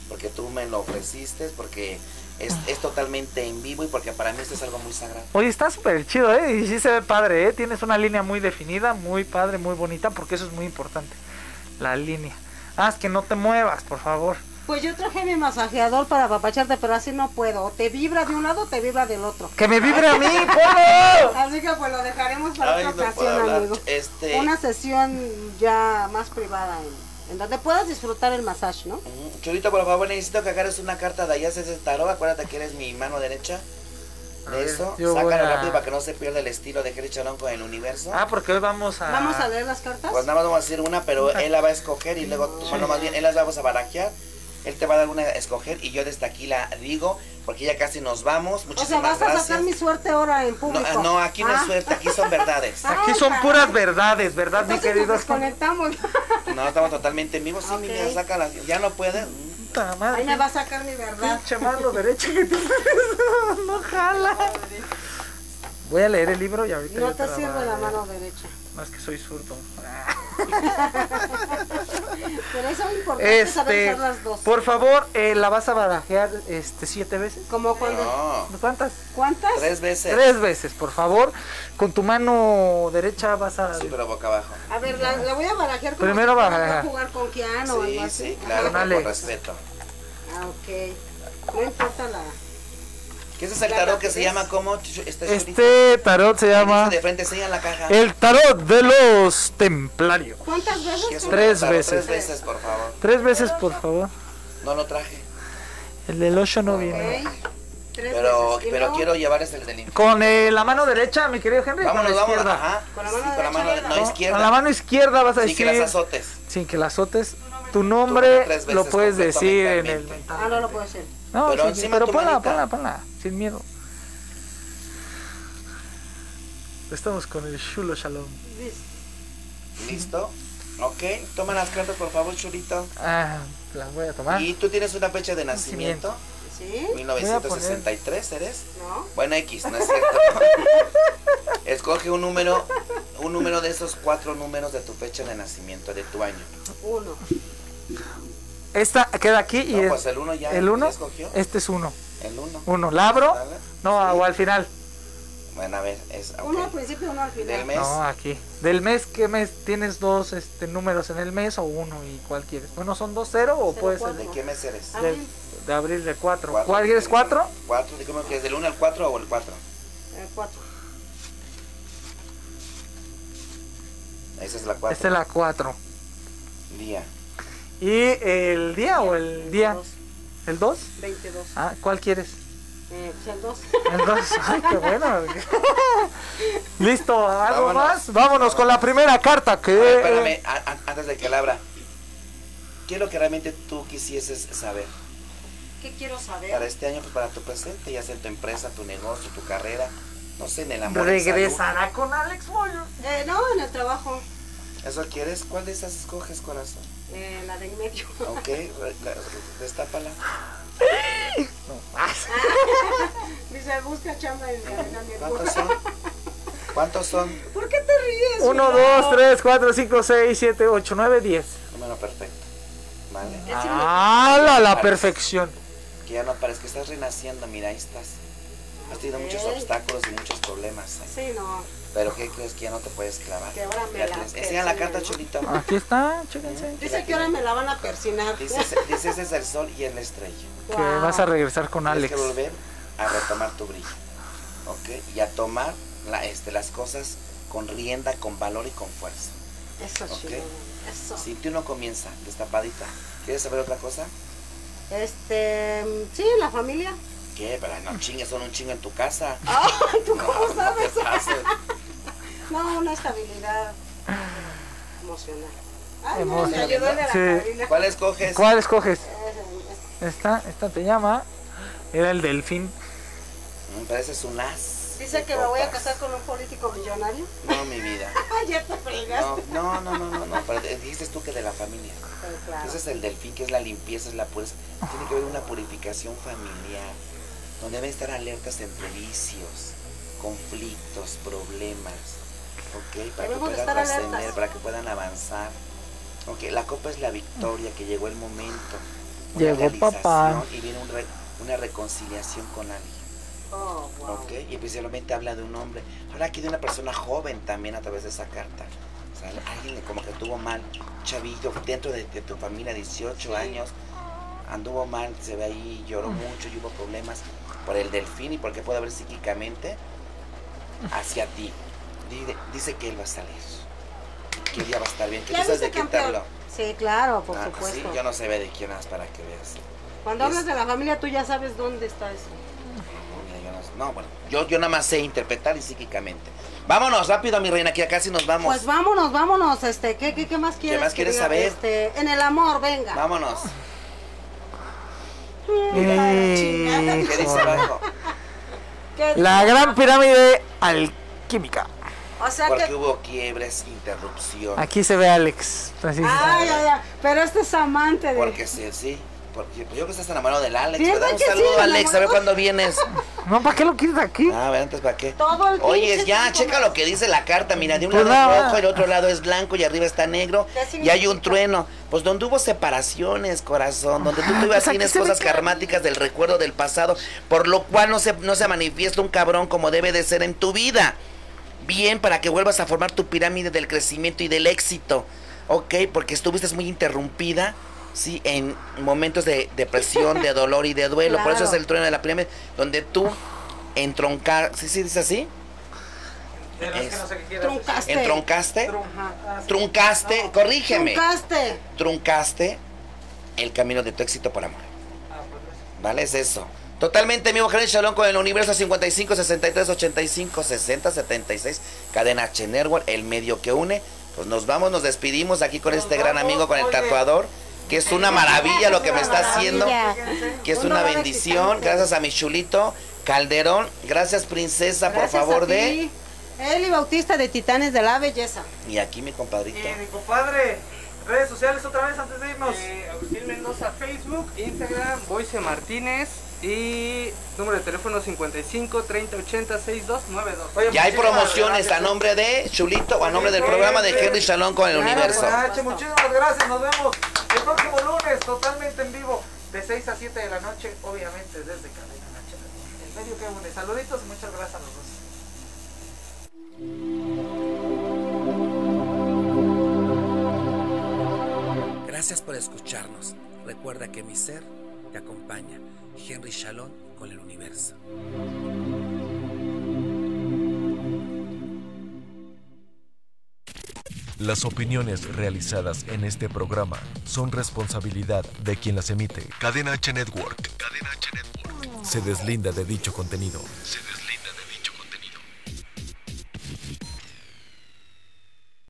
[SPEAKER 3] porque tú me lo ofreciste, porque es, es totalmente en vivo y porque para mí esto es algo muy sagrado.
[SPEAKER 5] Oye, está súper chido, ¿eh? Y sí se ve padre, ¿eh? Tienes una línea muy definida, muy padre, muy bonita, porque eso es muy importante. La línea. Haz que no te muevas, por favor.
[SPEAKER 6] Pues yo traje mi masajeador para papacharte, pero así no puedo. O te vibra de un lado o te vibra del otro.
[SPEAKER 5] ¡Que me vibre a mí, ¡Polo!
[SPEAKER 6] Así que pues lo dejaremos para
[SPEAKER 3] Ay, no
[SPEAKER 6] otra
[SPEAKER 3] puedo
[SPEAKER 6] ocasión,
[SPEAKER 3] hablar.
[SPEAKER 6] amigo.
[SPEAKER 3] Este-
[SPEAKER 6] Una sesión ya más privada en, en donde puedas disfrutar el masaje, ¿no?
[SPEAKER 3] Ujú. Chulito, por favor, necesito que agarres una carta de allá, ese tarot, acuérdate que eres mi mano derecha.
[SPEAKER 5] A
[SPEAKER 3] De
[SPEAKER 5] ver,
[SPEAKER 3] eso,
[SPEAKER 5] yo voy
[SPEAKER 3] sácalo
[SPEAKER 5] a-
[SPEAKER 3] rápido para que no se pierda el estilo de Jerry Chalón con el universo.
[SPEAKER 5] Ah, porque hoy vamos a...
[SPEAKER 6] Vamos a leer las cartas.
[SPEAKER 3] Pues nada más vamos a hacer una, pero él la va a escoger y luego, tú- bueno, más bien, él las vamos a barajear. Él te va a dar una a escoger y yo desde aquí la digo, porque ya casi nos vamos.
[SPEAKER 6] o sea,
[SPEAKER 3] Muchísimas
[SPEAKER 6] vas a
[SPEAKER 3] gracias.
[SPEAKER 6] sacar mi suerte ahora en
[SPEAKER 3] no,
[SPEAKER 6] público. Ah.
[SPEAKER 3] ah, no, aquí no es suerte, aquí son verdades.
[SPEAKER 5] Aquí son puras verdades, ¿verdad, mi
[SPEAKER 6] Entonces pues,
[SPEAKER 5] querido?
[SPEAKER 6] nos desconectamos.
[SPEAKER 3] No, estamos totalmente en vivo. Sí,
[SPEAKER 6] Ok. Mm.
[SPEAKER 3] niña, sácala. Ya no puede.
[SPEAKER 5] Puta
[SPEAKER 6] Ahí
[SPEAKER 5] madre,
[SPEAKER 6] me va a sacar mi verdad.
[SPEAKER 5] pinche mano derecha que tienes. No jala. Voy a leer el libro y ahorita...
[SPEAKER 6] No
[SPEAKER 5] yo
[SPEAKER 6] te
[SPEAKER 5] la
[SPEAKER 6] sirve
[SPEAKER 5] voy a
[SPEAKER 6] la
[SPEAKER 5] leer.
[SPEAKER 6] mano Pues, derecha.
[SPEAKER 5] No, es que soy zurdo.
[SPEAKER 6] Pero eso es importante saber
[SPEAKER 5] Este,
[SPEAKER 6] usar las dos.
[SPEAKER 5] por favor, eh, la vas a barajear este, siete veces.
[SPEAKER 6] Como cuando...
[SPEAKER 3] No,
[SPEAKER 5] ¿Cuántas?
[SPEAKER 6] ¿Cuántas?
[SPEAKER 3] tres veces.
[SPEAKER 5] Tres veces, por favor. Con tu mano derecha vas a.
[SPEAKER 3] Sí, pero boca abajo.
[SPEAKER 6] A ver, la, la voy a barajear como
[SPEAKER 5] Primero
[SPEAKER 6] si fuera
[SPEAKER 5] barajar.
[SPEAKER 6] a jugar con Keanu o algo
[SPEAKER 3] Sí,
[SPEAKER 6] así.
[SPEAKER 3] sí, claro,
[SPEAKER 6] Ajá.
[SPEAKER 3] pero
[SPEAKER 5] Dale.
[SPEAKER 3] con respeto.
[SPEAKER 6] Ah, ok. No importa la...
[SPEAKER 3] ¿Qué es el
[SPEAKER 6] La
[SPEAKER 3] tarot que
[SPEAKER 6] rapidez.
[SPEAKER 3] se llama cómo? Chuchu- Este, Chulito?
[SPEAKER 5] Este tarot se llama
[SPEAKER 3] De frente, enseña la caja.
[SPEAKER 5] El Tarot de los Templarios.
[SPEAKER 6] ¿Cuántas
[SPEAKER 3] ¿Qué es
[SPEAKER 6] veces?
[SPEAKER 3] un
[SPEAKER 5] Tres
[SPEAKER 3] tarot?
[SPEAKER 5] veces.
[SPEAKER 3] Tres veces, por favor.
[SPEAKER 5] Tres veces, por favor.
[SPEAKER 3] No lo traje.
[SPEAKER 5] El del 8 no
[SPEAKER 6] Ok.
[SPEAKER 5] viene.
[SPEAKER 6] Tres
[SPEAKER 3] Pero,
[SPEAKER 6] veces. Y
[SPEAKER 3] pero
[SPEAKER 6] luego,
[SPEAKER 3] quiero llevar ese del infierno.
[SPEAKER 5] Con eh, la mano derecha, mi querido Henry,
[SPEAKER 3] Vámonos,
[SPEAKER 5] con la
[SPEAKER 3] vámonos.
[SPEAKER 5] izquierda.
[SPEAKER 3] Ajá.
[SPEAKER 6] Con la
[SPEAKER 3] Sí,
[SPEAKER 6] mano
[SPEAKER 3] con la mano
[SPEAKER 6] derecha,
[SPEAKER 3] no,
[SPEAKER 6] ¿no?
[SPEAKER 3] izquierda.
[SPEAKER 5] Con la mano izquierda vas a
[SPEAKER 3] Sin que
[SPEAKER 5] decir.
[SPEAKER 3] las azotes.
[SPEAKER 5] sin que las azotes. Tu nombre
[SPEAKER 3] tres veces
[SPEAKER 5] lo puedes decir en el
[SPEAKER 3] completamente.
[SPEAKER 6] Ah, no lo puedo hacer.
[SPEAKER 5] No,
[SPEAKER 3] Pero
[SPEAKER 5] sí, sí,
[SPEAKER 3] encima
[SPEAKER 5] pero
[SPEAKER 3] tu
[SPEAKER 5] ponla,
[SPEAKER 3] manita.
[SPEAKER 5] ponla, ponla, sin miedo. Estamos con el Shulo Shalom.
[SPEAKER 3] ¿Listo? Ok, toma las cartas, por favor, Churito.
[SPEAKER 5] Ah, las voy a tomar.
[SPEAKER 3] Y tú tienes una fecha de nacimiento,
[SPEAKER 6] ¿Sí?
[SPEAKER 3] 1963, ¿eres?
[SPEAKER 6] ¿No?
[SPEAKER 3] Bueno, X, no es cierto. Escoge un número, un número de esos cuatro números de tu fecha de nacimiento, de tu año.
[SPEAKER 6] Uno.
[SPEAKER 5] Esta queda aquí y
[SPEAKER 3] No,
[SPEAKER 5] es-
[SPEAKER 3] pues el uno ya.
[SPEAKER 5] el uno,
[SPEAKER 3] ¿Ya escogió?
[SPEAKER 5] este es uno.
[SPEAKER 3] El uno.
[SPEAKER 5] Uno, ¿la abro?
[SPEAKER 3] Dale.
[SPEAKER 5] No, o al final.
[SPEAKER 3] Bueno, a ver, es. ok.
[SPEAKER 6] Uno al principio, uno al
[SPEAKER 3] Del
[SPEAKER 6] final.
[SPEAKER 3] mes.
[SPEAKER 5] No, aquí. Del mes, ¿qué mes? ¿Tienes dos este, números en el mes o uno y cuál quieres? Bueno, ¿son dos cero o
[SPEAKER 6] Cero,
[SPEAKER 5] puede ser
[SPEAKER 6] cuatro.
[SPEAKER 3] ¿De qué mes eres?
[SPEAKER 5] de,
[SPEAKER 6] Abril,
[SPEAKER 5] de abril de cuatro?
[SPEAKER 3] Cuatro.
[SPEAKER 5] ¿Cuál quieres cuatro?
[SPEAKER 3] Cuatro, ¿de ¿cómo que es? ¿Del uno al cuatro o el cuatro?
[SPEAKER 6] eh, cuatro.
[SPEAKER 3] Esa es la cuatro.
[SPEAKER 5] Esta es la cuatro.
[SPEAKER 3] Día.
[SPEAKER 5] ¿Y el día Ah, o el día?
[SPEAKER 6] Dos,
[SPEAKER 5] ¿El dos?
[SPEAKER 6] 22.
[SPEAKER 5] Ah, ¿cuál quieres?
[SPEAKER 6] Eh, pues el 2.
[SPEAKER 5] El dos. Ay, qué bueno. Listo, ¿algo
[SPEAKER 3] Vámonos.
[SPEAKER 5] más? Vámonos con la primera carta que...
[SPEAKER 3] A ver, espérame, a- a- antes de que la abra. ¿Qué es lo que realmente tú quisieses saber
[SPEAKER 6] ¿Qué quiero
[SPEAKER 3] para
[SPEAKER 6] saber?
[SPEAKER 3] este año, pues, para tu presente, ya sea en tu empresa, tu negocio, tu carrera, no sé, en el amor? en
[SPEAKER 5] Regresará con Alex Moyo.
[SPEAKER 6] Eh, no, en el trabajo.
[SPEAKER 3] salud? ¿Eso quieres? ¿Cuál de esas escoges, corazón?
[SPEAKER 6] Eh, la de en medio.
[SPEAKER 3] Ok, re- la- destápala.
[SPEAKER 6] Dice, busca chamba en la
[SPEAKER 3] ¿Cuántos son? ¿Cuántos son?
[SPEAKER 6] ¿Por qué te ríes?
[SPEAKER 5] 1, 2, 3, 4, 5, 6, 7, 8, 9, 10.
[SPEAKER 3] Número perfecto. Vale.
[SPEAKER 5] Ah, la, la perfección.
[SPEAKER 3] Que ya no parezca, estás renaciendo, mira, ahí estás. Has tenido muchos
[SPEAKER 6] Ok.
[SPEAKER 3] obstáculos y muchos problemas. ¿eh?
[SPEAKER 6] Sí, no.
[SPEAKER 3] Pero ¿qué crees que ya no te puedes clavar?
[SPEAKER 6] Que ahora me
[SPEAKER 3] Ya
[SPEAKER 6] la
[SPEAKER 3] tienes- Enseña la carta,
[SPEAKER 6] persiguen,
[SPEAKER 3] chulito.
[SPEAKER 5] Aquí está, chéquense.
[SPEAKER 6] Dice que ahora me la van a persinar.
[SPEAKER 3] Dice, ese- dice, ese es el sol y es la estrella.
[SPEAKER 5] Que
[SPEAKER 6] Guau.
[SPEAKER 5] vas a regresar con
[SPEAKER 3] Tienes
[SPEAKER 5] Alex.
[SPEAKER 3] que volver a retomar tu brillo. ¿Ok? Y a tomar la, este, las cosas con rienda, con valor y con fuerza.
[SPEAKER 6] Eso,
[SPEAKER 3] Ok.
[SPEAKER 6] chido. Eso.
[SPEAKER 3] Si tú no comienza, destapadita. ¿Quieres saber otra cosa?
[SPEAKER 6] Este, mm, sí, la familia.
[SPEAKER 3] ¿Qué? Pero no chingues, son un chingo en tu casa.
[SPEAKER 6] ¿Tú
[SPEAKER 3] No,
[SPEAKER 6] cómo
[SPEAKER 3] no
[SPEAKER 6] sabes?
[SPEAKER 3] te pases.
[SPEAKER 6] No, una estabilidad emocional. Ay, no, me
[SPEAKER 5] Emocional.
[SPEAKER 6] ayudó de la
[SPEAKER 5] Sí.
[SPEAKER 6] familia.
[SPEAKER 3] ¿Cuál escoges?
[SPEAKER 5] ¿Cuál escoges?
[SPEAKER 6] Eh,
[SPEAKER 5] Esta, esta te llama. Era el delfín.
[SPEAKER 3] Me parece es un as.
[SPEAKER 6] Dice
[SPEAKER 3] de
[SPEAKER 6] que me voy a
[SPEAKER 3] copas.
[SPEAKER 6] casar con un político millonario.
[SPEAKER 3] No, mi vida.
[SPEAKER 6] Ay, ya te fregaste.
[SPEAKER 3] No, no, no, no, no, no, pero dijiste tú que de la familia.
[SPEAKER 6] Pero claro.
[SPEAKER 3] Ese es el delfín, que es la limpieza, es la pureza. Tiene que haber una purificación familiar, donde deben estar alertas entre vicios, conflictos, problemas, ¿ok? Para que
[SPEAKER 6] Debemos de
[SPEAKER 3] puedan
[SPEAKER 6] estar
[SPEAKER 3] trascender,
[SPEAKER 6] alertas.
[SPEAKER 3] para que puedan avanzar. Ok, la copa es la victoria, que llegó el momento. una
[SPEAKER 5] Llegó papá.
[SPEAKER 3] realización Y viene un re- una reconciliación con alguien.
[SPEAKER 6] Oh, wow.
[SPEAKER 3] Ok, y principalmente habla de un hombre. Habla aquí de una persona joven también a través de esa carta. ¿sale? Alguien que como que estuvo mal, chavillo, dentro de, de tu familia, 18 años, anduvo mal, se ve ahí,
[SPEAKER 6] Mm.
[SPEAKER 3] lloró mucho y hubo problemas por el delfín y porque puede haber psíquicamente hacia ti. Dice, dice que él va a salir, que él ya va a estar bien, que tú
[SPEAKER 6] ¿Ya
[SPEAKER 3] sabes
[SPEAKER 6] viste
[SPEAKER 3] de quién te
[SPEAKER 6] campeón?
[SPEAKER 3] hablo.
[SPEAKER 6] Sí, claro, por
[SPEAKER 3] Ah, sí,
[SPEAKER 6] supuesto.
[SPEAKER 3] yo no sé de quién más para que veas.
[SPEAKER 6] Cuando hablas
[SPEAKER 3] es-
[SPEAKER 6] de la familia, tú ya sabes dónde está eso.
[SPEAKER 3] Mira, yo no- No, bueno, yo, yo nada más sé interpretar y psíquicamente. Vámonos rápido, mi reina, que ya casi nos vamos.
[SPEAKER 6] Pues vámonos, vámonos. Este, ¿qué, qué, qué más quieres?
[SPEAKER 3] más quieres
[SPEAKER 6] querida?
[SPEAKER 3] saber?
[SPEAKER 6] Este, en el amor, venga.
[SPEAKER 3] Vámonos.
[SPEAKER 5] Eh,
[SPEAKER 3] ¿Qué dice abajo?
[SPEAKER 6] ¿Qué-
[SPEAKER 5] La gran pirámide alquímica.
[SPEAKER 6] O sea
[SPEAKER 3] Porque
[SPEAKER 6] que.
[SPEAKER 3] hubo quiebres, interrupción.
[SPEAKER 5] Aquí se ve a Alex. Así.
[SPEAKER 6] Ay, ay, ay. Pero este es amante de.
[SPEAKER 3] Porque sí, sí. Porque pues yo creo que estás enamorado del Alex,
[SPEAKER 6] ¿Verdad
[SPEAKER 3] ¿verdad? Un
[SPEAKER 6] que sí,
[SPEAKER 3] saludo,
[SPEAKER 6] me
[SPEAKER 3] Alex, a ver
[SPEAKER 6] enamoró?
[SPEAKER 3] cuándo vienes.
[SPEAKER 5] No, ¿para qué lo quieres aquí?
[SPEAKER 3] Ah, A ver, antes para qué.
[SPEAKER 6] Todo el
[SPEAKER 3] Oye,
[SPEAKER 6] pinche
[SPEAKER 3] ya,
[SPEAKER 6] tiempo.
[SPEAKER 3] checa lo que dice la carta. Mira, de un
[SPEAKER 5] Pues
[SPEAKER 3] lado
[SPEAKER 5] nada.
[SPEAKER 3] es rojo, el otro lado es blanco y arriba está negro.
[SPEAKER 6] ¿Qué
[SPEAKER 3] Y hay un
[SPEAKER 6] significa?
[SPEAKER 3] trueno. Pues donde hubo separaciones, corazón. Donde tú
[SPEAKER 5] pues
[SPEAKER 3] tuvieras
[SPEAKER 5] aquí
[SPEAKER 3] tienes
[SPEAKER 5] se ve
[SPEAKER 3] cosas
[SPEAKER 5] que-
[SPEAKER 3] karmáticas del recuerdo del pasado. Por lo cual no se, no se manifiesta un cabrón como debe de ser en tu vida. Bien, para que vuelvas a formar tu pirámide del crecimiento y del éxito. Ok, porque estuviste muy interrumpida. Sí, en momentos de depresión, de dolor y de duelo. Por eso
[SPEAKER 6] Claro.
[SPEAKER 3] es el trueno de la pirámide. Donde tú entroncar. ¿Sí, sí, dice así?
[SPEAKER 2] De los que no sé qué quieras decir.
[SPEAKER 6] Truncaste.
[SPEAKER 3] entroncaste,
[SPEAKER 6] Ajá.
[SPEAKER 3] truncaste, corrígeme,
[SPEAKER 6] Truncaste.
[SPEAKER 3] truncaste el camino de tu éxito por amor. ¿Vale? Es eso. Totalmente mi mujer en Shalom con el universo 55, 63, 85, 60, 76, cadena H Network, el medio que une. Pues nos vamos, nos despedimos aquí con este gran amigo, con el tatuador, que es una maravilla lo que me está haciendo que es
[SPEAKER 6] Un
[SPEAKER 3] una
[SPEAKER 6] dolor
[SPEAKER 3] bendición.
[SPEAKER 6] existente.
[SPEAKER 3] Gracias a mi chulito Calderón. Gracias, princesa, por
[SPEAKER 6] Gracias
[SPEAKER 3] favor
[SPEAKER 6] a ti.
[SPEAKER 3] de.
[SPEAKER 6] Eli Bautista de Titanes de la Belleza.
[SPEAKER 3] Y aquí mi compadrito.
[SPEAKER 2] Y Eh, mi compadre, redes sociales otra vez antes de irnos.
[SPEAKER 10] Eh, Agustín Mendoza, Facebook, Instagram, Boise Martínez.
[SPEAKER 11] Y número de teléfono 55 30 80 6292.
[SPEAKER 3] Ya hay promociones a nombre de Chulito o a nombre del programa de Henry Shalom con el universo.
[SPEAKER 2] H, muchísimas gracias. Nos vemos el próximo lunes totalmente en vivo de 6 a 7 de la noche, obviamente desde Cadena H. El medio que une. Saluditos y muchas gracias a los dos.
[SPEAKER 12] Gracias por escucharnos. Recuerda que mi ser te acompaña. Henry Shalom con el universo.
[SPEAKER 1] Las opiniones realizadas en este programa son responsabilidad de quien las emite. Cadena H Network. Cadena H Network. Se deslinda de dicho contenido. Se deslinda.